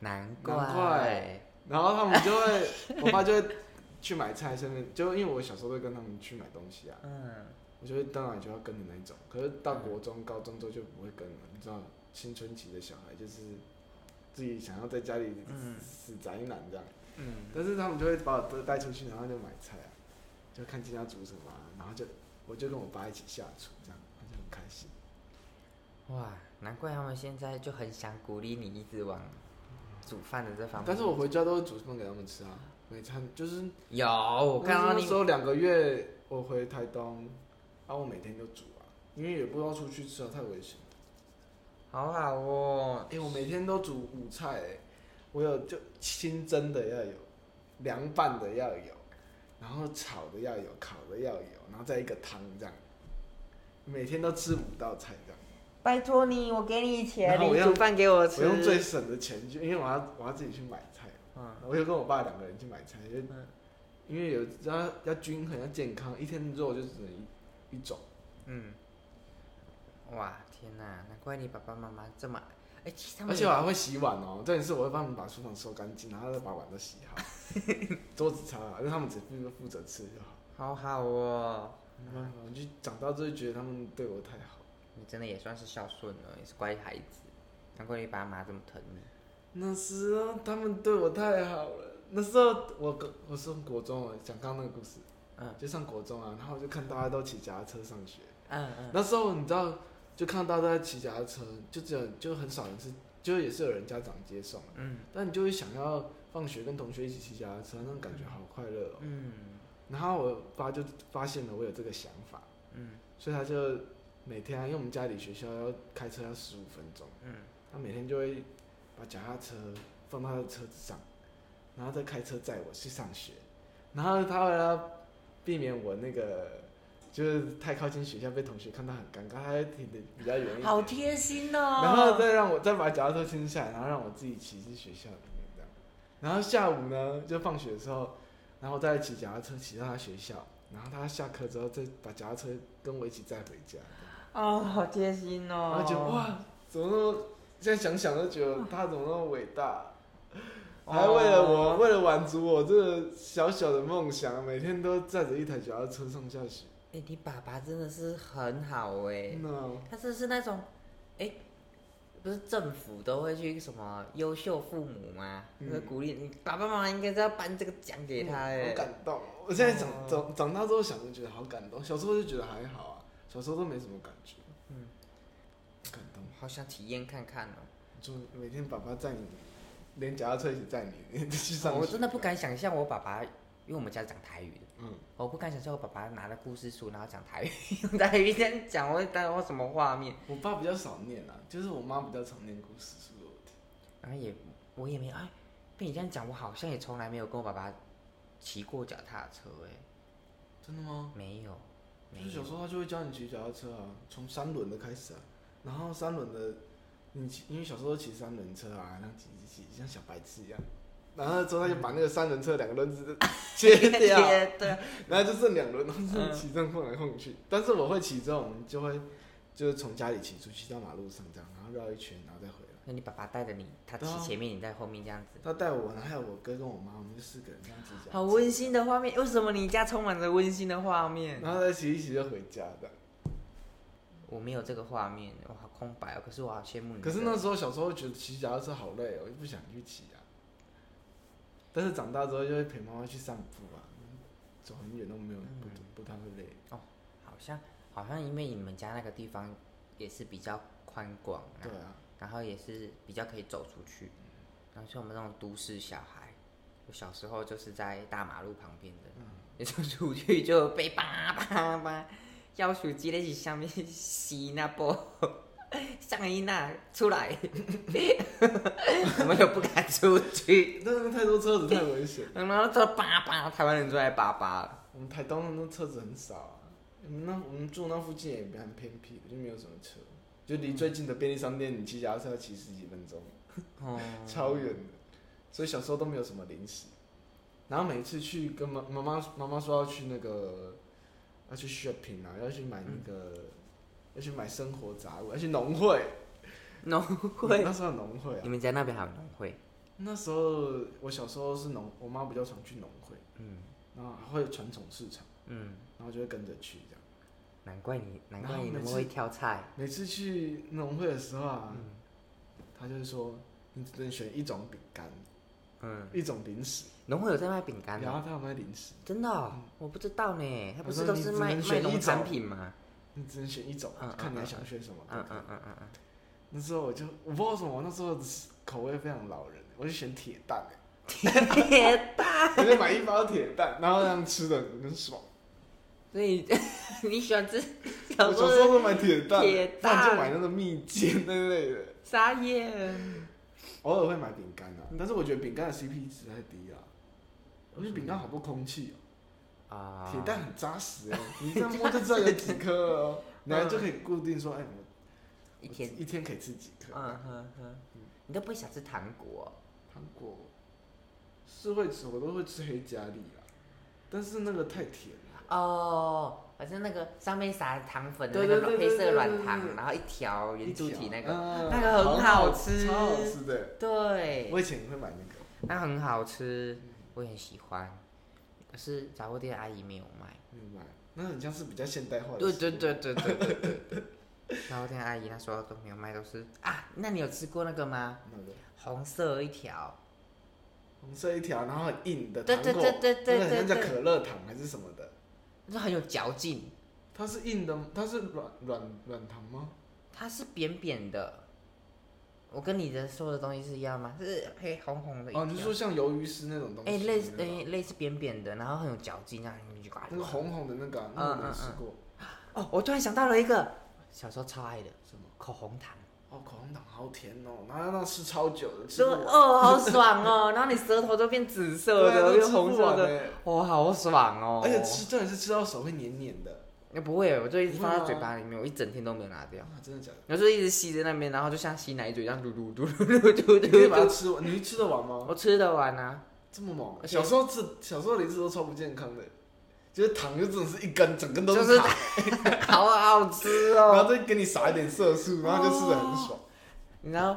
难怪。难怪然后他们就会，我爸就会去买菜，顺便就因为我小时候都会跟他们去买东西啊，嗯，我就会当然就要跟的那一种，可是到国中、高中之后就不会跟了，你知道，青春期的小孩就是自己想要在家里嗯死宅男这样，嗯，但是他们就会把我都带出去，然后就买菜啊，就看今天要煮什么啊，然后就我就跟我爸一起下厨，这样他就很开心。哇，难怪他们现在就很想鼓励你一直往煮饭的这方面。但是我回家都会煮饭给他们吃啊，每餐就是有，我看到那你时候两个月我回台东，啊，我每天都煮啊，因为也不要出去吃啊，太危险。好好哦，哎、我每天都煮五菜、欸，我有就清蒸的要有，凉拌的要有，然后炒的要有，烤的要有，然后再一个汤这样，每天都吃五道菜这样。拜托你，我给你钱，然后我你用煮饭给我我吃。用最省的钱去，因为我要我要自己去买菜，嗯我就跟我爸两个人去买菜，就嗯因为有要要均衡要健康，一天肉就只能一一种。嗯，哇，天哪，难怪你爸爸妈妈这么，哎、其实他们而且我还会洗碗哦，重点是我会帮他们把厨房收干净，然后再把碗都洗 好，桌子擦好，让他们只负责负责吃就好。好好哦，没办法，我就长大之后就觉得他们对我太好。你真的也算是孝顺了，也是乖孩子，难怪你爸妈这么疼你。那时候他们对我太好了。那时候我国我上国中了，讲刚刚那个故事，嗯就上国中啊，然后我就看大家都骑脚踏车上学。嗯嗯，那时候你知道，就看到大家骑脚踏车，就只有就很少人是，就也是有人家长接送啊，嗯但你就会想要放学跟同学一起骑脚踏车，那种感觉好快乐哦。嗯然后我爸就发现了我有这个想法，嗯所以他就每天、啊，因为我们家离学校要开车要十五分钟，嗯，他每天就会把脚踏车放到他的车子上，然后再开车载我去上学。然后他为了避免我那个就是太靠近学校被同学看到很尴尬，他会停的比较远一点，好贴心哦。然后再让我再把脚踏车停下来，然后让我自己骑去学校里面这样。然后下午呢，就放学的时候，然后再骑脚踏车骑到他学校，然后他下课之后再把脚踏车跟我一起载回家。哦，好贴心哦。然后觉得哇，怎么那么现在想想都觉得他怎么那么伟大，哦，还为了我，为了满足我这个小小的梦想，每天都载着一台脚踏车上下学。哎、你爸爸真的是很好哎、那他真的是那种，哎、不是政府都会去什么优秀父母吗？嗯就是鼓励你爸爸妈妈应该是要颁这个奖给他哎、好感动哦。我现在长哦长长大之后想，就觉得好感动。小时候就觉得还好啊，小时候都没什么感觉。嗯，感动。好想体验看看哦、就每天爸爸载你，连脚踏车一起载你，你去上学。哦我真的不。敢想象我爸爸，因为我们家讲台语的，嗯，我不敢想象我爸爸拿了故事书，然后讲台语，用台语 这样讲，我当我什么画面？我爸比较少念啊，就是我妈比较常念故事书给我听。然后也我也没有哎，被你这样讲，我好像也从来没有跟我爸爸骑过脚踏车哎、真的吗？没有，就没是小有 时，候他就会教你骑脚踏车啊，从三轮的开始啊，然后三轮的，你骑因为小时候骑三轮车啊，像骑骑骑像小白痴一样，然后之后他就把那个三轮车两个轮子都切掉，啊对，然后就剩两轮，然后嗯就骑这样晃来晃去。但是我会骑之后，我们就会就是从家里骑出去到马路上这样，然后绕一圈，然后再回来。 那你爸爸带着你，他骑对啊前面，你在后面这样子，他带我，然后还有我哥跟我妈，我们就四个人这样骑脚踏车好温馨的画面。为什么你家充满着温馨的画面？然后再骑一骑就回家的。我没有这个画面，我好空白哦。可是我好羡慕你。可是那，时候小时候觉得骑脚踏车好累哦，我就不想去骑啊。但是长大之后就会陪妈妈去散步啊，走很远都没有不嗯不太会累。好像好像因为你们家那个地方也是比较宽广、啊，对啊，然后也是比较可以走出去。然后像我们那种都市小孩，我小时候就是在大马路旁边的，嗯也就出去就被叭叭叭，要手机在起下面吸那波，上一那出来，我们就不敢出去。但是太多车子太危险，然后这叭叭，台湾人最爱叭叭了。我们台东的那车子很少啊。我们那我们住那附近也蛮偏僻的，就没有什么车，就离最近的便利商店，你骑脚踏车要骑十几分钟。哦，超远的，所以小时候都没有什么零食。然后每次去跟妈妈妈妈妈说要去那个要去 shopping 啊，要去买那个、嗯要去买生活杂物，要去农会。农会，那时候有农会啊你，们家那边还有农会？那时候我小时候是农，我妈比较常去农会，嗯然后还会有传统市场，嗯，然后就会跟着去这样。难怪你，难然怪后你那每么次会挑菜。每次去农会的时候啊，嗯他就是说你只能选一种饼干，嗯，一种零食，农会有在卖饼干哦然的，后他有卖零食，真的哦、我不知道呢，他不嗯是我说都你是只卖能卖选一农产种品吗？你只能选一种，嗯嗯看你还嗯想选什么。嗯嗯嗯嗯嗯，那时候我就我不知道为什么，我那时候的口味非常老人，我就选铁蛋、欸， 铁， 我就买一包铁蛋，然后这样吃的很爽。所以 你喜欢吃小 我时小候时的候会买铁蛋，铁不然就蛋买那个蜜饯那类的，沙耶？偶尔会买饼干啊，但是我觉得饼干的 CP 值太低了、我觉得饼干好多空气哦、啊，铁蛋很扎实哦、你这样摸就知道有几颗了 哦、然后就可以固定说，哎、我一天，一天可以吃几颗？嗯哼哼嗯，你都不会想吃糖果哦、糖果是会吃，我都会吃黑加力啦，但是那个太甜了，哦，反正那个上面撒糖粉的对那对对对个软黑色对软对对糖，然后一条圆柱一条体那个，嗯那个很好好吃超好吃的。欸对我，以前也会买那个，那很好吃，我也很喜欢。可是杂货店的阿姨没有卖。没有买，那很像是比较现代化的。对对，对对对对对 对。杂货店的阿姨那时候都没有卖，都是啊，那你有吃过那个吗？那个红色一条，红色一条，然后很硬的对糖果，对对对对那个对很像叫对，可乐糖还是什么的，那很有嚼劲，它是硬的，它是软软软糖吗？它是扁扁的。我跟你的说的东西是一样吗？是黑红红的一条。哦，你是说像鱿鱼丝那种东西？哎、类似那哎、个类似扁扁的，然后很有嚼劲，然后你就呱那个红红的那个啊，那我嗯嗯没嗯吃过。哦，我突然想到了一个小时候超爱的什么？口红糖，哦，口红糖好甜哦，然后那吃超久的，吃就不完。哦好爽哦，然后你舌头都变紫色对啊的，都变吃不红色完的，欸哇、好爽哦！而且吃真的是吃到手会黏黏的，哎不会，我就一直放不到会嘴吗巴里面，我一整天都没有拿掉，啊，真的假的？然后就一直吸在那边，然后就像吸奶嘴一样，嘟嘟嘟嘟嘟嘟你可以嘟把它嘟，吃完，你 吃得完吗？我吃得完啊，这么猛！而且小时候吃，小时候零食都超不健康的，就是糖就真的是一根，整根都就是糖，好好吃哦。然后再给你撒一点色素，然后就吃的很爽。你知道，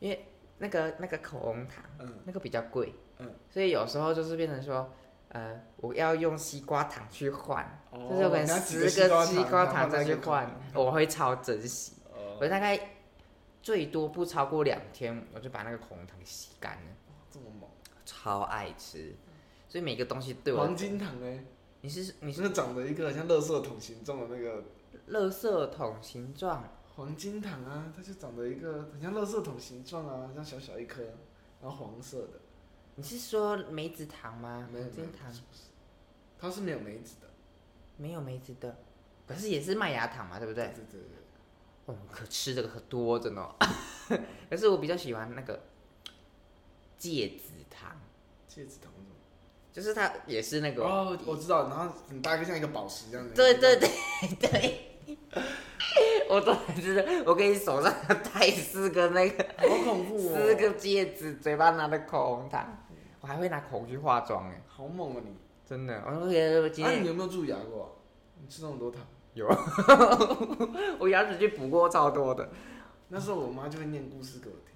因为那个那个口红糖，嗯那个比较贵，嗯所以有时候就是变成说，呃，我要用西瓜糖去换，哦就是我可能拿十几个个西西瓜糖瓜糖再去然后换换那，我会超珍惜，哦，我大概最多不超过两天，我就把那个口红糖给吸干了，这么猛！超爱吃，所以每个东西对我黄，金糖呢？你是你你是是长得一个很像垃圾桶形状的那个垃圾桶形状，黄金糖啊，它就长得一个很像垃圾桶形状啊，像小小一颗，然后黄色的，你是说梅子糖吗？没有黄没有金糖不是不是它是没有梅子的。没有梅子的，可是也是麦芽糖嘛，对不对？对对对。哦，可吃这个可多着呢。 可是我比较喜欢那个芥子糖，戒指糖什就是它也是那个，么？哦，我知道，然后很大个像一个宝石这样子。对对对 对，我都还知道，我给你手上带四个那个、好恐怖哦！四个戒指，嘴巴拿着口红糖，我还会拿口红去化妆哎，好猛啊你！真的，我觉得我今啊，你天、有没有蛀牙过啊、你吃那么多糖？我牙齿去补过超多的，那时候我妈就会念故事给我听，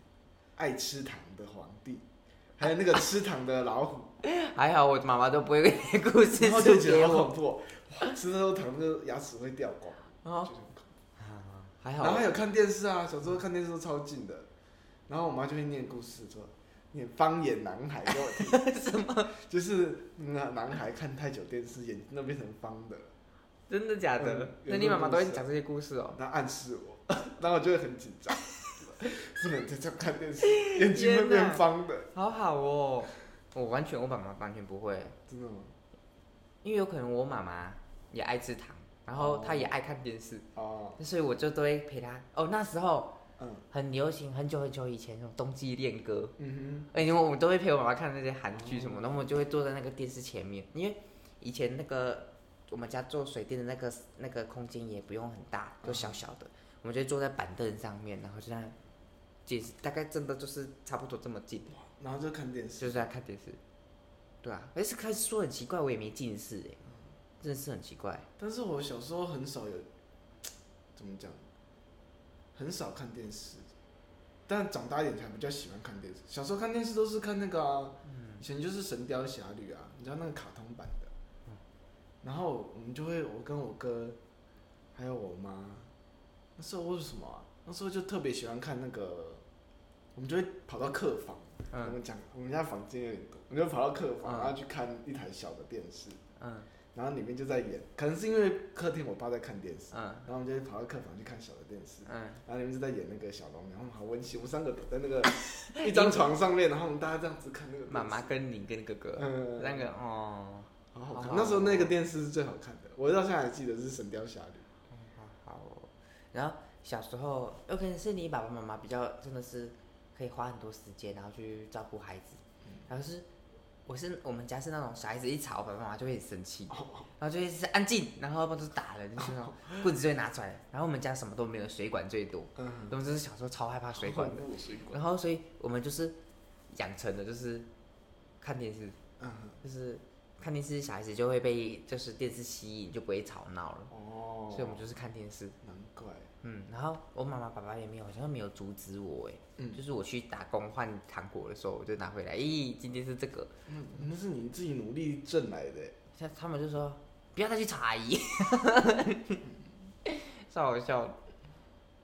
爱吃糖的皇帝，还有那个吃糖的老虎，还好我妈妈都不会给故事然后书就觉给得好我，恐怖、哦，哇，吃那么多糖，那个牙齿会掉光。哦就是很恐怖啊还然后好还有看电视啊，小时候看电视都超近的，然后我妈就会念故事说。念方言男孩给我听，什么？就是那男孩看太久电视，眼睛都变成方的了。真的假的？嗯那你妈妈都会有这种故事啊讲这些故事哦。他暗示我，然后我就会很紧张，不能再这样看电视，眼睛会变方的，好好哦，我完全我妈妈完全不会，真的吗？因为有可能我妈妈也爱吃糖，然后哦她也爱看电视，哦，所以我就都会陪她。哦，那时候嗯很流行，很久很久以前那种冬季恋歌，嗯哎、因为我们都会陪我妈妈看那些韩剧什么，然后我就会坐在那个电视前面，因为以前那个我们家做水电的那个那个空间也不用很大，就小小的，我们就坐在板凳上面，然后就在那电视，大概真的就是差不多这么近。哼，然后就看电视，就是在看电视。对啊，但是开始说很奇怪，我也没近视哎、真的是很奇怪。但是我小时候很少有，怎么讲，很少看电视，但长大一点才比较喜欢看电视。小时候看电视都是看那个、啊，嗯以前就是《神雕侠侣》啊，你知道那个卡通版的，嗯然后我们就会，我跟我哥，还有我妈，那时候为什么啊？那时候就特别喜欢看那个《我们就会跑到客房。我嗯们讲我们家房间有点多，我们就跑到客房，嗯然后去看一台小的电视，嗯然后里面就在演，可能是因为客厅我爸在看电视，嗯然后我们就会跑到客房去看小的电视，嗯，然后里面就在演那个小龙女，然后好温馨，我们三个躲在那个 一张床上面，然后我们大家这样子看那个电视妈妈，跟你跟哥哥，嗯，那个哦，好好好看，好那时候那个电视是最好看的，我到现在还记得是《神雕侠侣好好哦。然后小时候，有可能是你爸爸妈妈比较真的是可以花很多时间，然后去照顾孩子。然后是我是我们家是那种小孩子一吵，爸爸妈妈就会很生气，》哦，然后就会是安静，然后要不然就是打人，就是那种棍子就会拿出来。然后我们家什么都没有，水管最多，嗯，我们就是小时候超害怕水管的。好恐怖哦水管，然后所以我们就是养成的就是看电视，嗯，就是看电视，小孩子就会被就是电视吸引，就不会吵闹了。哦，所以我们就是看电视，难怪，嗯，然后我妈妈爸爸也没有，好像没有阻止我，哎，嗯就是我去打工换糖果的时候，我就拿回来，咦，今天是这个，嗯，那是你自己努力挣来的，像他们就说不要再去查阿姨， 超好笑的，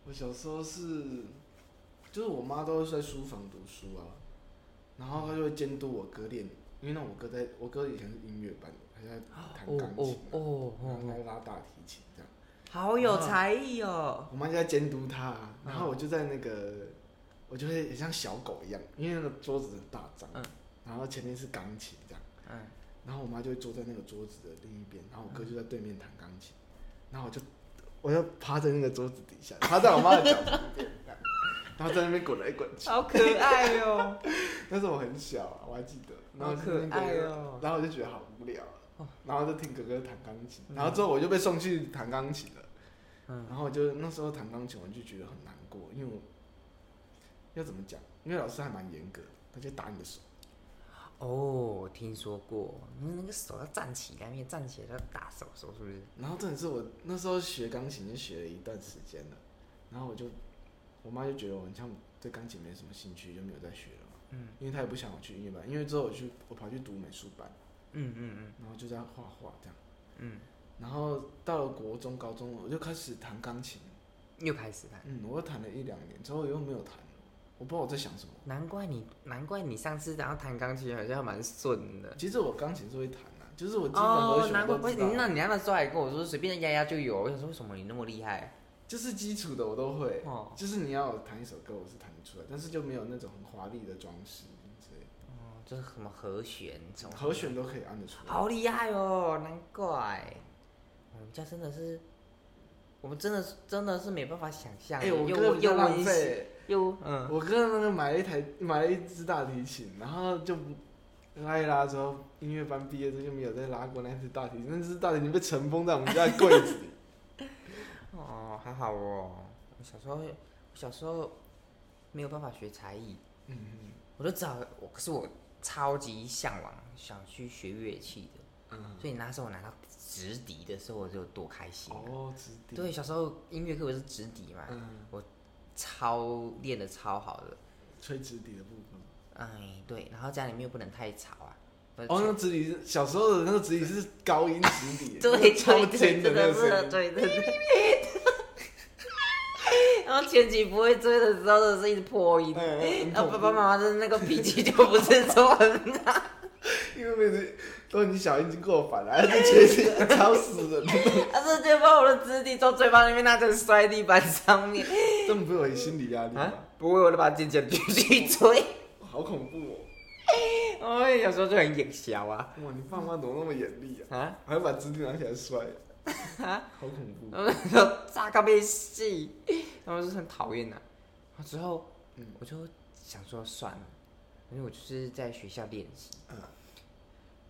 我小时候是，就是我妈都是在书房读书啊，然后她就会监督我哥练，因为那我哥在我哥以前是音乐班的，他现在弹哦钢哦琴啊、哦然后哦他哦，会拉大提琴这样，好有才艺哦，我妈就在监督他啊，嗯然后我就在那个，我就会很像小狗一样，因为那个桌子很大张，嗯然后前面是钢琴这样，嗯，然后我妈就会坐在那个桌子的另一边，然后我哥就在对面弹钢琴，然后我就我就趴在那个桌子底下，趴在我妈的脚旁边，这样然后在那边滚来滚去。好可爱哦，那时候我很小啊，我还记得，然后好可就那爱个，哦，然后我就觉得好无聊哦啊，然后就听哥哥弹钢琴，然后之后我就被送去弹钢琴了，嗯然后我就那时候弹钢琴我就觉得很难过，因为我要怎么讲，因为老师还蛮严格的，他就打你的手，哦，听说过，你那个手要站起来，面站起来要打手手是不是？然后真的是我那时候学钢琴就学了一段时间了，然后我就我妈就觉得我很像对钢琴没什么兴趣，就没有再学了嘛，嗯因为她也不想我去音乐班，因为之后我去我跑去读美术班，嗯嗯然后就在画画这样。嗯然后到了国中、高中，我就开始弹钢琴。嗯，又开始了。嗯，我又弹了一两年之后又没有弹了，我不知道我在想什么。难怪你，难怪你上次然后弹钢琴好像蛮顺的。其实我钢琴是会弹的、就是我基本哦和，难弦怪都不知是道，你，那你那时候还跟我说随便压压就有，我想说为什么你那么厉害？就是基础的我都会。哦，就是你要我弹一首歌，我是弹得出来，但是就没有那种很华丽的装饰之类的，哦就是什么和弦，什么和，弦都可以按得出来。哦好厉害哦，难怪。我们家真的是，我们真的是真的是没办法想象，哎、我又哥温比又较浪温馨费，又嗯，我哥那个买了一台买了一支大提琴，然后就不拉一拉之后，音乐班毕业之后就没有再拉过那支大提琴，那支大提琴被尘封在我们家的柜子 里。哦，还好哦。我小时候，我小时候没有办法学才艺，嗯我就只好我，可是我超级向往想去学乐器的。嗯，所以那时候我拿到直笛的时候，我就有多开心啊、哦，指定，对，小时候音乐课我是直笛嘛，嗯，超练的超好的。吹指笛的部分。哎，对，然后家里面又不能太吵啊。不是哦，那指笛是小时候的那个指笛是高音指笛， 对那个对超对尖的真那个的声是音。对对对。 然后前期不会追的时候，真的是一直破音。嗯 嗯然很后爸恐爸妈妈的那个脾气就不是说很好，因为每次都你小音已经过反了，还 是吹笛吵死人，他直接把我的直笛从嘴巴里面拿着摔地板上面。这么不会有心理压力啊吗？，不会，我就把它捡起来继续追。 好恐怖哦！哎，有时候就很眼小啊哇，你爸妈怎么那么严厉啊？啊，还把指笛拿起来摔，好恐怖。然后就 炸咖啡戏，然后就是很讨厌呐。然后之后嗯我就想说算了，因为我就是在学校练习，嗯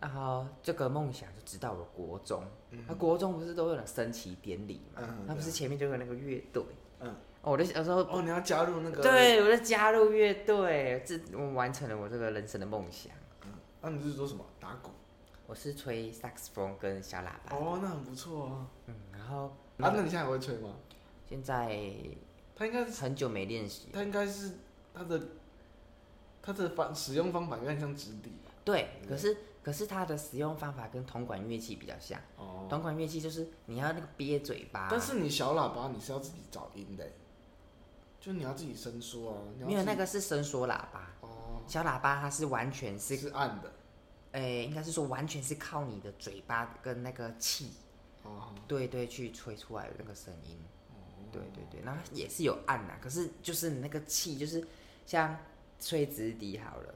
然后这个梦想就直到我国中，嗯那、国中不是都有那升旗典礼嘛嗯，那、啊不是前面就有那个乐队，嗯，哦我就小时候。哦，你要加入那个，对，我就加入乐队，这我完成了我这个人生的梦想。嗯，那你是做什么？打鼓。我是吹萨克斯风跟小喇叭，哦，那很不错啊。嗯，然后啊，那你现在还会吹吗？现在他应该很久没练习，它应该是它的它的方使用方法应该像直笛吧？对，对可是可是它的使用方法跟铜管乐器比较像，哦，铜管乐器就是你要那个憋嘴巴，但是你小喇叭你是要自己找音的欸，就你要自己伸缩啊，你要没有自己那个是伸缩喇叭，哦，小喇叭它是完全是，是暗的诶、应该是说完全是靠你的嘴巴跟那个气，哦，对对，去吹出来的那个声音。哦对对对，然后也是有按啊呐、可是就是你那个气，就是像吹直笛好了，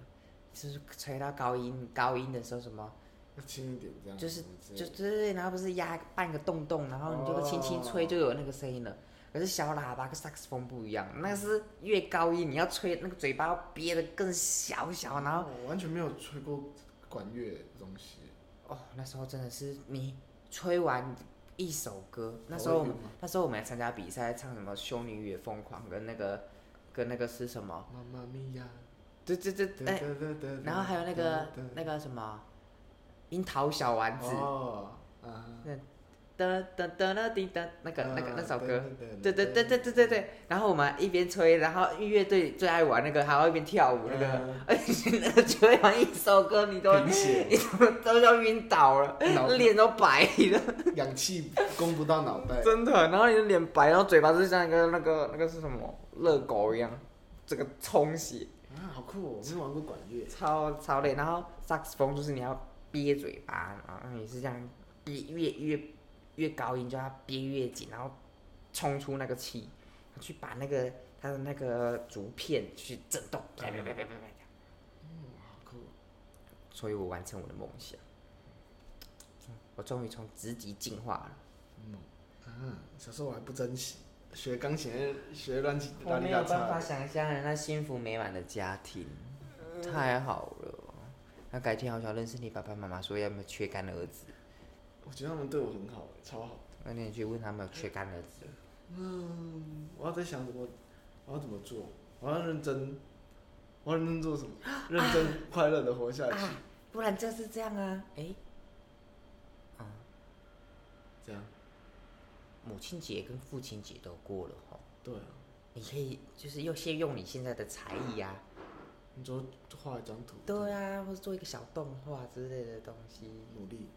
就是吹到高音高音的时候，什么要轻一点这样，就是什么之类就的对对对，然后不是压半个洞洞，然后你就会轻轻吹哦就有那个声音了。可是小喇叭跟萨克斯风不一样，那个是越高音你要吹，那个嘴巴要憋得更小小，哦然后我完全没有吹过管乐的东西，哦，那时候真的是你吹完一首歌，那时候我们头会晕吗那时候我们还参加比赛，唱什么《修女与疯狂》跟那个跟那个是什么？妈妈咪呀，对对对，哎、对然后还有那个那个什么樱桃小丸子，哦，啊，噔噔噔噔叮噔，那个那个那首歌，嗯，对对对对对对对。然后我们一边吹，然后乐队最爱玩那个，还要一边跳啊舞那个，而且 那个吹完一首歌，你都贫血，你都都要晕倒了，脑脸都白了， 氧气供不到脑袋，真的。然后你的脸白，然后嘴巴就像一个那个那个是什么热狗一样，这个充血。啊，好酷哦！我没有玩过管乐，超超累。然后萨克斯风就是你要憋嘴巴，然后也是这样憋越越越高音就要憋越紧，然后冲出那个气，去把那个它的那个竹片去震动。啪啪啪啪啪啪嗯，好酷哦。所以我完成我的梦想，我终于从职级进化了。嗯，啊，小时候我还不珍惜，学钢琴学乱七我八没有糟办差，法想象人家幸福美满的家庭，太好了。那改天好想认识你爸爸妈妈，说要没有缺干的儿子。我觉得他们对我很好，欸超好。那你去问他们有缺干儿子，嗯，我要在想怎么，我要怎么做，我要认真，我要认真做 什么？认真快乐的活下去，啊，不然就是这样啊。诶，这样母亲节跟父亲节都过了吼，对啊。你可以就是又先用你现在的才艺啊，你说画一张图，对啊，或者做一个小动画之类的东西。努力，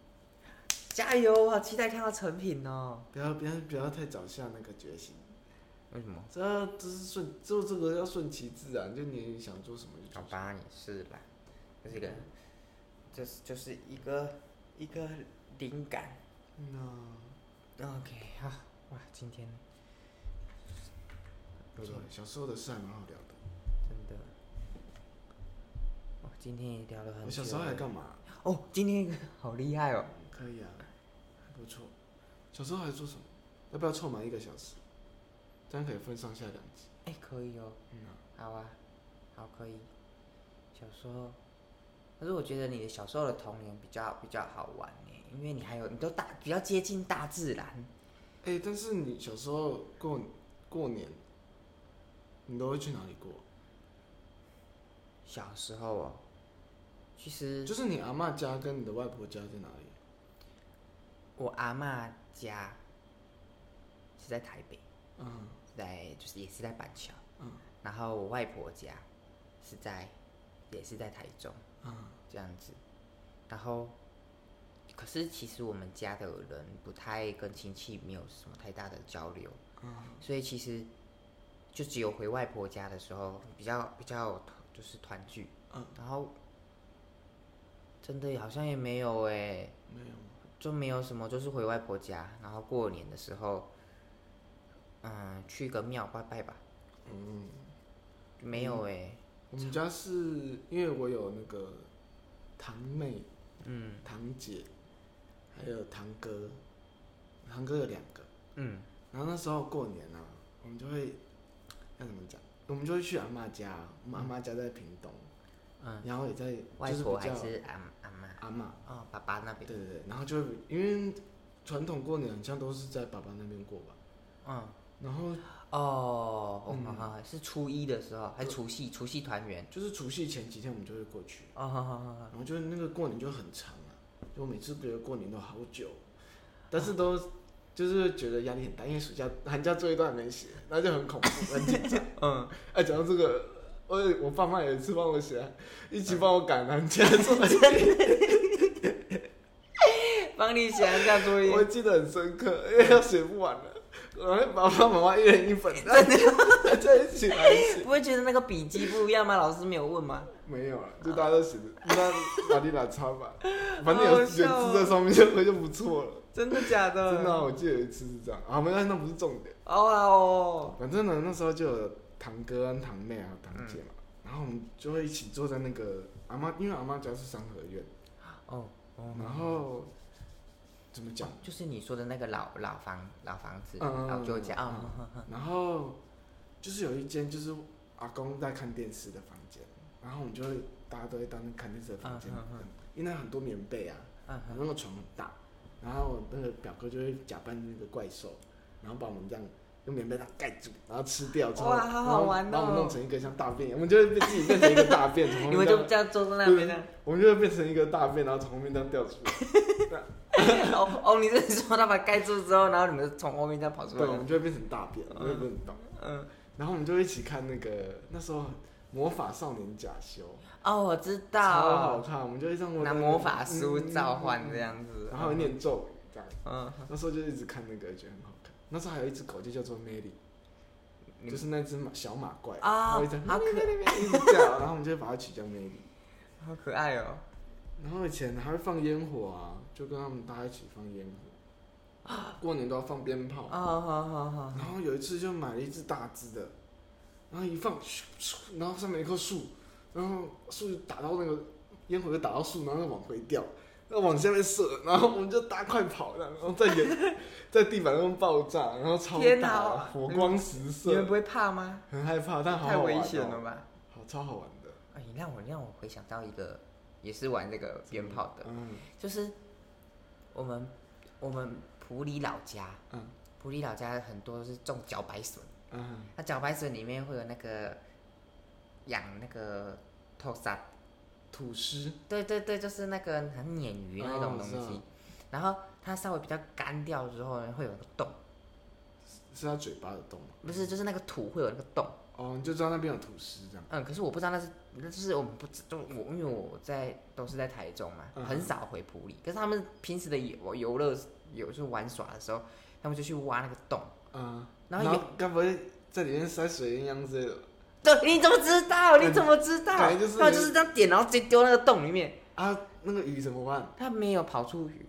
加油！我好期待看到成品哦。不要不要不要太早下那个决心，为什么？这要就是顺做这个要顺其自然，就你想做什么就做好什么。吧，你是吧？就是一个，就是就是一个一个灵感。嗯啊， OK，好，哇，今天不错，小时候的事还蛮好聊的。真的，哇，今天也聊了很久。我小时候还干嘛？哦，今天 好厉害哦！可以啊，还不错。小时候还做什么？要不要凑满一个小时？这样可以分上下两集。哎、可以哦，嗯啊，好啊，好可以。小时候，可是我觉得你的小时候的童年比较比较好玩耶，因为你还有你都大比较接近大自然。哎、但是你小时候过过年，你都会去哪里过？小时候哦，其实就是你阿嬷家跟你的外婆家在哪里？我阿嬷家是在台北，嗯是在就是也是在板桥，嗯然后我外婆家是在也是在台中。嗯，这样子。然后，可是其实我们家的人不太跟亲戚没有什么太大的交流，嗯所以其实就只有回外婆家的时候比较比较有团就是团聚。嗯，然后真的好像也没有哎、没有吗？就没有什么，就是回外婆家，然后过年的时候，嗯，去个庙拜拜吧。嗯，没有哎、我们家是因为我有那个堂妹、嗯堂姐，还有堂哥，堂哥有两个。嗯，然后那时候过年啊，我们就会要怎么讲？我们就会去阿妈家，啊我们阿妈家在屏东，嗯，然后也在外就是婆比还较嗯是阿阿妈阿妈，哦，爸爸那对边，对对，然后就会因为传统过年好像都是在爸爸那边过吧，嗯。然后哦，哦嗯好好是初一的时候，还是除夕？除夕团圆。就是除夕前几天我们就会过去，哦，好好好 好然后就是那个过年就很长啊，就我每次觉得过年都好久，但是都。就是觉得压力很大，因为暑假、寒假作业都还没写，然后就很恐怖、很紧张。嗯， 哎，讲到这个，我我爸妈有一次帮我写，一嗯起帮我赶南家作业，帮你想一下作我业。 记得很深刻，因为要写不完了。我们爸爸妈妈一人一 本，在在一起来写，不会觉得那个笔记不一样吗？老师没有问吗？没有了，啊就大家都写的，那玛丽拉差吧，反正好有好有字笑哦嗯在上面就 就不错了。真的假 的？真的啊、我记得有一次是这样啊，没关系，那不是重点。哦啊哦，反正呢，那时候就有堂哥啊、堂妹啊、堂姐嘛，嗯然后我们就会一起坐在那个阿妈，因为阿妈家是三合院，哦哦，然后怎 么讲？就是你说的那个老老房老房子，嗯老旧家嗯啊，哦然后就是有一间就是阿公在看电视的房间，然后我们就会大家都会到那看电视的房间，嗯嗯嗯因为那很多棉被啊，嗯然后那个床很大，然后我那个表哥就会假扮那个怪兽，然后把我们这样用棉被它盖住，然后吃掉之后，哇好好然后玩哦然后我们弄成一个像大便一样，我们就会被自己变成一个大便，从后 你面们这就样这样坐在那边呢？我们就会变成一个大便，然后从后面这样掉出来，哦哦，你是说他把盖住之后，然后你们就从后面这样跑出对，我来们？就会变成大便，我也不能懂。嗯，然后我们就一起看那个那时候《魔法少年假修》， 哦，我知超好道，看，我们就一直摸拿那个魔法书嗯召唤这样子，然后念咒语这样。嗯，那时候就一直看那个，觉得很好看。那时候还有一只狗，就叫做 Mary，你就是那只马小马怪，啊然后一直好可一直叫，然后我们就把它取叫 Mary。好可爱哦。然后以前还会放烟火啊，就跟他们大家一起放烟火，过年都要放鞭炮。啊哦，好好好，然后有一次就买了一只大只的，然后一放，咻咻然后上面有一棵树，然后树就打到那个烟火就打到树，然后再往回掉，再往下面射，然后我们就大快跑了，然后在远 在地板上爆炸，然后超天哪大好的火光十你们射不，会怕吗？很害怕，但好太好玩、危哦，险了吧？好超好玩的，哎，你让我让我回想到一个，也是玩这个鞭炮的，嗯就是我们我们普里老家，嗯普里老家很多是种茭白笋，嗯，那茭白笋里面会有那个养那个透沙，土司，对对对，就是那个很鲶鱼那哦种东我知西，道然后它稍微比较干掉之后呢，会有个洞，是它嘴巴的洞吗？不是就是那个土会有那个洞，哦，你就知道那边有土司这样，嗯，可是我不知道那是那就是我们不知就我因为我在都是在台中嘛，嗯很少回普里，可是他们平时的游游乐有就是玩耍的时候，他们就去挖那个洞，嗯，然后有该不会在里面塞水烟枪之类的吧？对，你怎么知道？你怎么知道？感觉就是他就是这样点，然后直接丢那个洞里面，啊，那个鱼怎么办？它没有跑出鱼，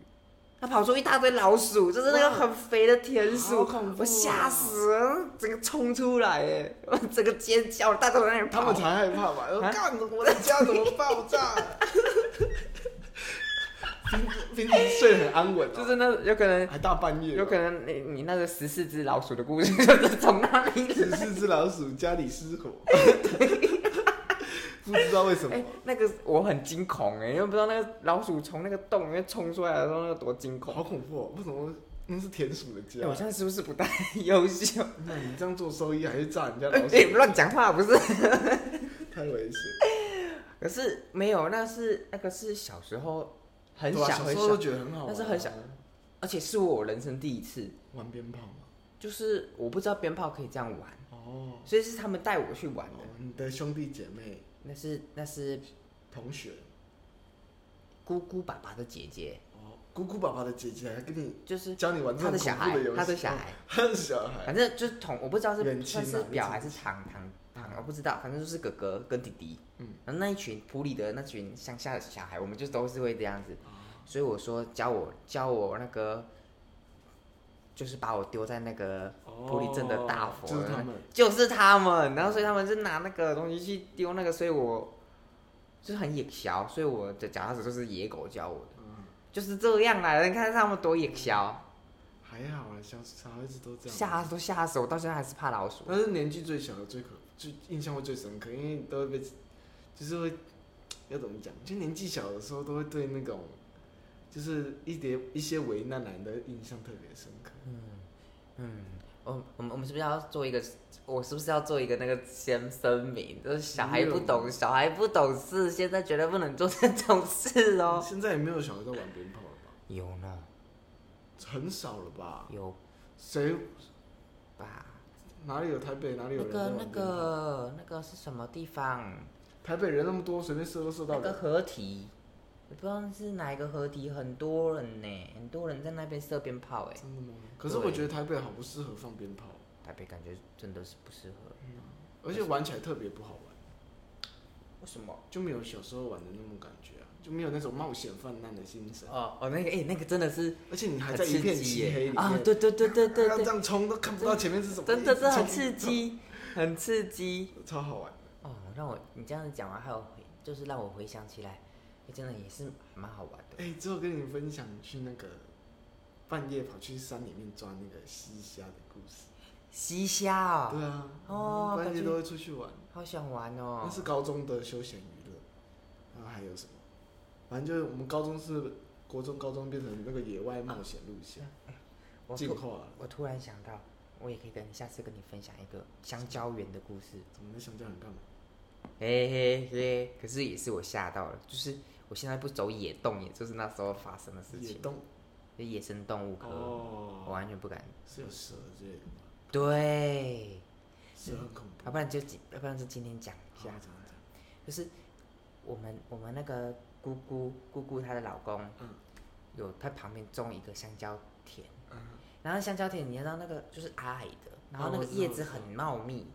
它跑出一大堆老鼠，就是那个很肥的田好鼠恐怖哦，我吓死了，整个冲出来，哎，我整个尖叫，大家都在那里他跑们。才害怕吧？说啊干，我的家怎么爆 炸？平平时睡得很安稳、哦，就是那有可能，还大半夜、啊有可能你你那个十四只老鼠的故事 就是从那里来。只是只老鼠家里失火， 不知道为什么哎、。那个我很惊恐哎、因为不知道那个老鼠从那个洞里面冲出来的时候，那有多惊恐。好恐怖、哦！为什么那是田鼠的家哎？我现在是不是不太 优秀？那你这样做收益还是炸人家哎、老鼠，乱讲话不是？太危险。可是没有，那是那个是小时候很对啊小小很时候都小，觉得很好玩、啊，但是很小而且是我人生第一次，玩鞭炮嘛。就是我不知道鞭炮可以这样玩，哦，所以是他们带我去玩的。你的兄弟姐妹、那是那是同学，姑姑爸爸的姐姐，哦，姑姑爸爸的姐姐还跟你就是教你玩这他种的恐小怖孩游，戏，他的小孩，他的小孩，反正就是同我不知道远是亲算啊是表还远是堂堂堂，我不知道，反正就是哥哥跟弟弟。嗯，然后那一群普里的那群乡下的小孩，我们就都是会这样哦子，所以我说教我教我那个，就是把我丢在那个普里镇的大佛，哦啊就是他们，就是他们，然后所以他们就拿那个东西去丢那个，所以我就是很野小，所以我的脚踏车就是野狗教我的，嗯，就是这样啦，你看他们多野小，还好啊，小小孩子都这样。吓都吓死我，到现在还是怕老鼠。但是年纪最小的最可，最印象会最深刻，因为都会被，就是会要怎么讲，就年纪小的时候都会对那种，就是一点一些为难男的印象特别深刻。嗯，我我们我们是不是要做一个？我是不是要做一个那个先声明？就是小孩不没有懂，小孩不懂事，现在绝对不能做这种事哦。现在也没有小孩在玩鞭炮了吧？有呢，很少了吧？有谁吧？哪里有台北哪里有那人在玩鞭炮个那个那个是什么地方？台北人那么多，随便射都射那到个人。合体，我不知道是哪一个河堤，很多人呢，很多人在那边射鞭炮哎，真的吗？可是我觉得台北好不适合放鞭炮，台北感觉真的是不适合。而且玩起来特别不好玩，为什么？就没有小时候玩的那种感觉啊，就没有那种冒险泛滥的精神。哦哦，那个哎、那个真的是而且你还很在一刺片激漆黑耶里！啊、面，对对对对对要这对，样冲都看不到前面是什么，真的是很一直刺 激，很刺激。冲，超好玩。哦，让我你这样子讲完，还有回就是让我回想起来，哎真的也是蛮好玩的。哎、之后跟你分享去那个半夜跑去山里面抓那个西虾的故事。西虾啊、对啊，哦半感夜觉都会出去玩，好想玩哦那。是高中的休闲娱乐。然后还有什么？反正就是我们高中是国中，高中变成那个野外冒险路线，我进突化了。我突然想到，我也可以跟你下次跟你分享一个香蕉园的故事。怎么在想这样干嘛？嘿嘿嘿，可是也是我吓到了，就是我现在不走野洞，也就是那时候发生的事野情，洞就野生动物科，我哦，完全不敢。是有蛇之类的吗？对，蛇很恐怖。要不然就今要不然就今天讲一好下这，样子就是我们我们那个姑姑姑姑她的老公，嗯有他旁边种一个香蕉田，嗯然后香蕉田你知道那个就是矮矮的，然后那哦个我知道叶我子知道很茂密，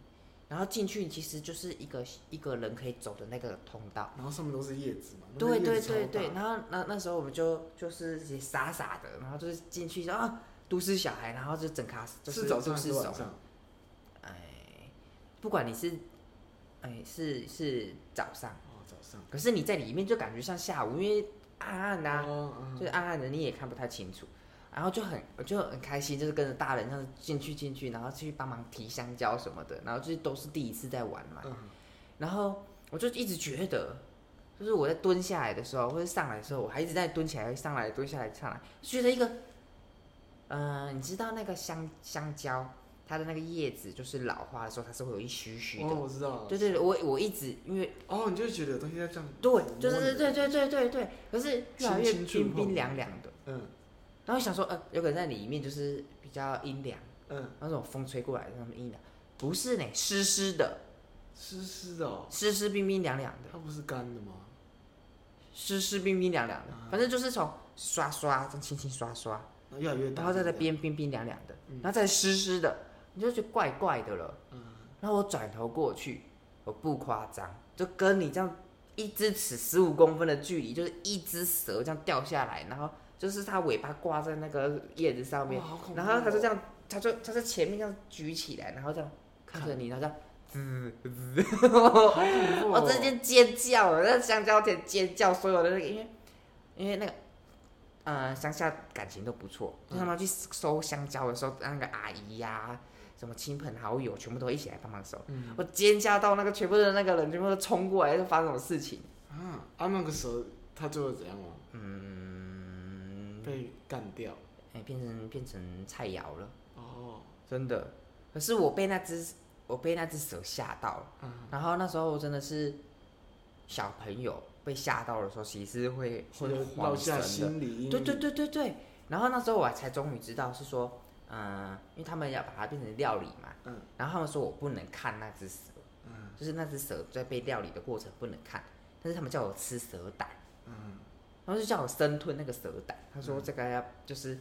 然后进去其实就是一个一个人可以走的那个通道。然后上面都是叶子哦嘛，那个对叶对子对超对，大然后那那时候我们就就是也傻傻的，然后就是进去啊，都市小孩，然后就整卡就是是早上都还市是手晚，上？哎，不管你是哎是是早上，哦，早上。可是你在里面就感觉像下午，因为暗暗的、啊，哦嗯就是暗暗的，你也看不太清楚。然后就很，我就很开心，就是跟着大人这样进去进去，然后去帮忙提香蕉什么的，然后就是都是第一次在玩嘛。嗯然后我就一直觉得，就是我在蹲下来的时候，或者上来的时候，我还一直在蹲起来、上来、蹲下来、上来，觉得一个，嗯、你知道那个香香蕉，它的那个叶子就是老化的时候，它是会有一须须的。哦，我知道了。对对对，我我一直因为哦，你就会觉得有东西在这样。对，就是对对对对对，可是越来越轻轻触冰碰冰凉凉的。嗯然后想说，呃，有可能在里面就是比较阴凉，嗯，那种风吹过来那么阴凉，不是呢，湿湿的，湿湿的哦，湿湿冰冰凉凉的，它不是干的吗？湿湿冰冰凉凉的啊，反正就是从刷刷，这样轻轻刷刷，那越来越大，然后再对在不对，边冰冰凉凉的嗯，然后再湿湿的，你就觉得怪怪的了。嗯，然后我转头过去，我不夸张，就跟你这样一只尺十五公分的距离，就是一只蛇这样掉下来，然后就是它尾巴挂在那个叶子上面哇，好恐怖哦。然后它就这样，它就它在前面这样举起来，然后这样看着你，然后这样。滋滋，好恐怖我哦，直接尖叫了，那香蕉田尖叫，所有的那个，因为因为那个，呃，乡下感情都不错，就他们去收香蕉的时候，那个阿姨呀、什么亲朋好友，全部都一起来帮忙收。嗯我尖叫到那个全部的那个人全部都冲过来，就发生什么事情？啊啊，那个蛇它最后怎样吗？嗯，被干掉。哎、变成变成菜肴了，哦，真的。可是我被那只我被那只蛇吓到了，嗯，然后那时候我真的是小朋友被吓到的时候，其实是会会有晃落下神的。心理阴影。对对对对对。然后那时候我才终于知道是说，嗯、因为他们要把它变成料理嘛，嗯然后他们说我不能看那只蛇，嗯就是那只蛇在被料理的过程不能看，但是他们叫我吃蛇胆。嗯，然后就叫我生吞那个蛇胆，他说嗯这个要就是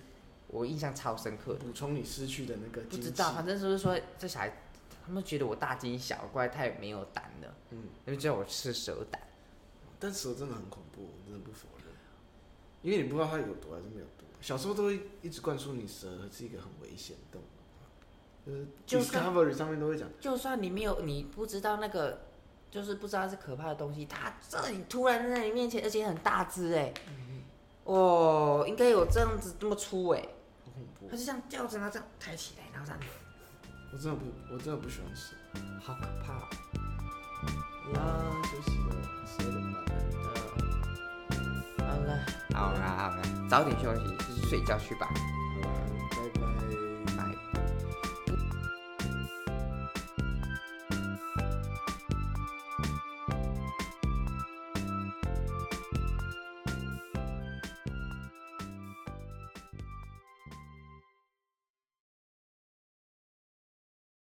我印象超深刻的，补充你失去的那个不精知气道，反正就是说这小孩他们觉得我大惊小怪，太没有胆了，嗯，他们叫我吃蛇胆。但蛇真的很恐怖，我真的不否认，因为你不知道它有毒还是没有毒。小时候都会一直灌输你蛇是一个很危险的动物，就就是算 Discovery 上面都会讲，就算你没有，你不知道那个，就是不知道是可怕的东西，它这里突然在你面前，而且很大只哎、哦，应该有这样子这么粗哎、好恐怖它。就这样吊着，然后这样抬起来，然后这样，我真的不，我真的不喜欢蛇。好可怕哦、呀，休息了，十二点半。好了，好啦好啦，早点休息，睡觉去吧。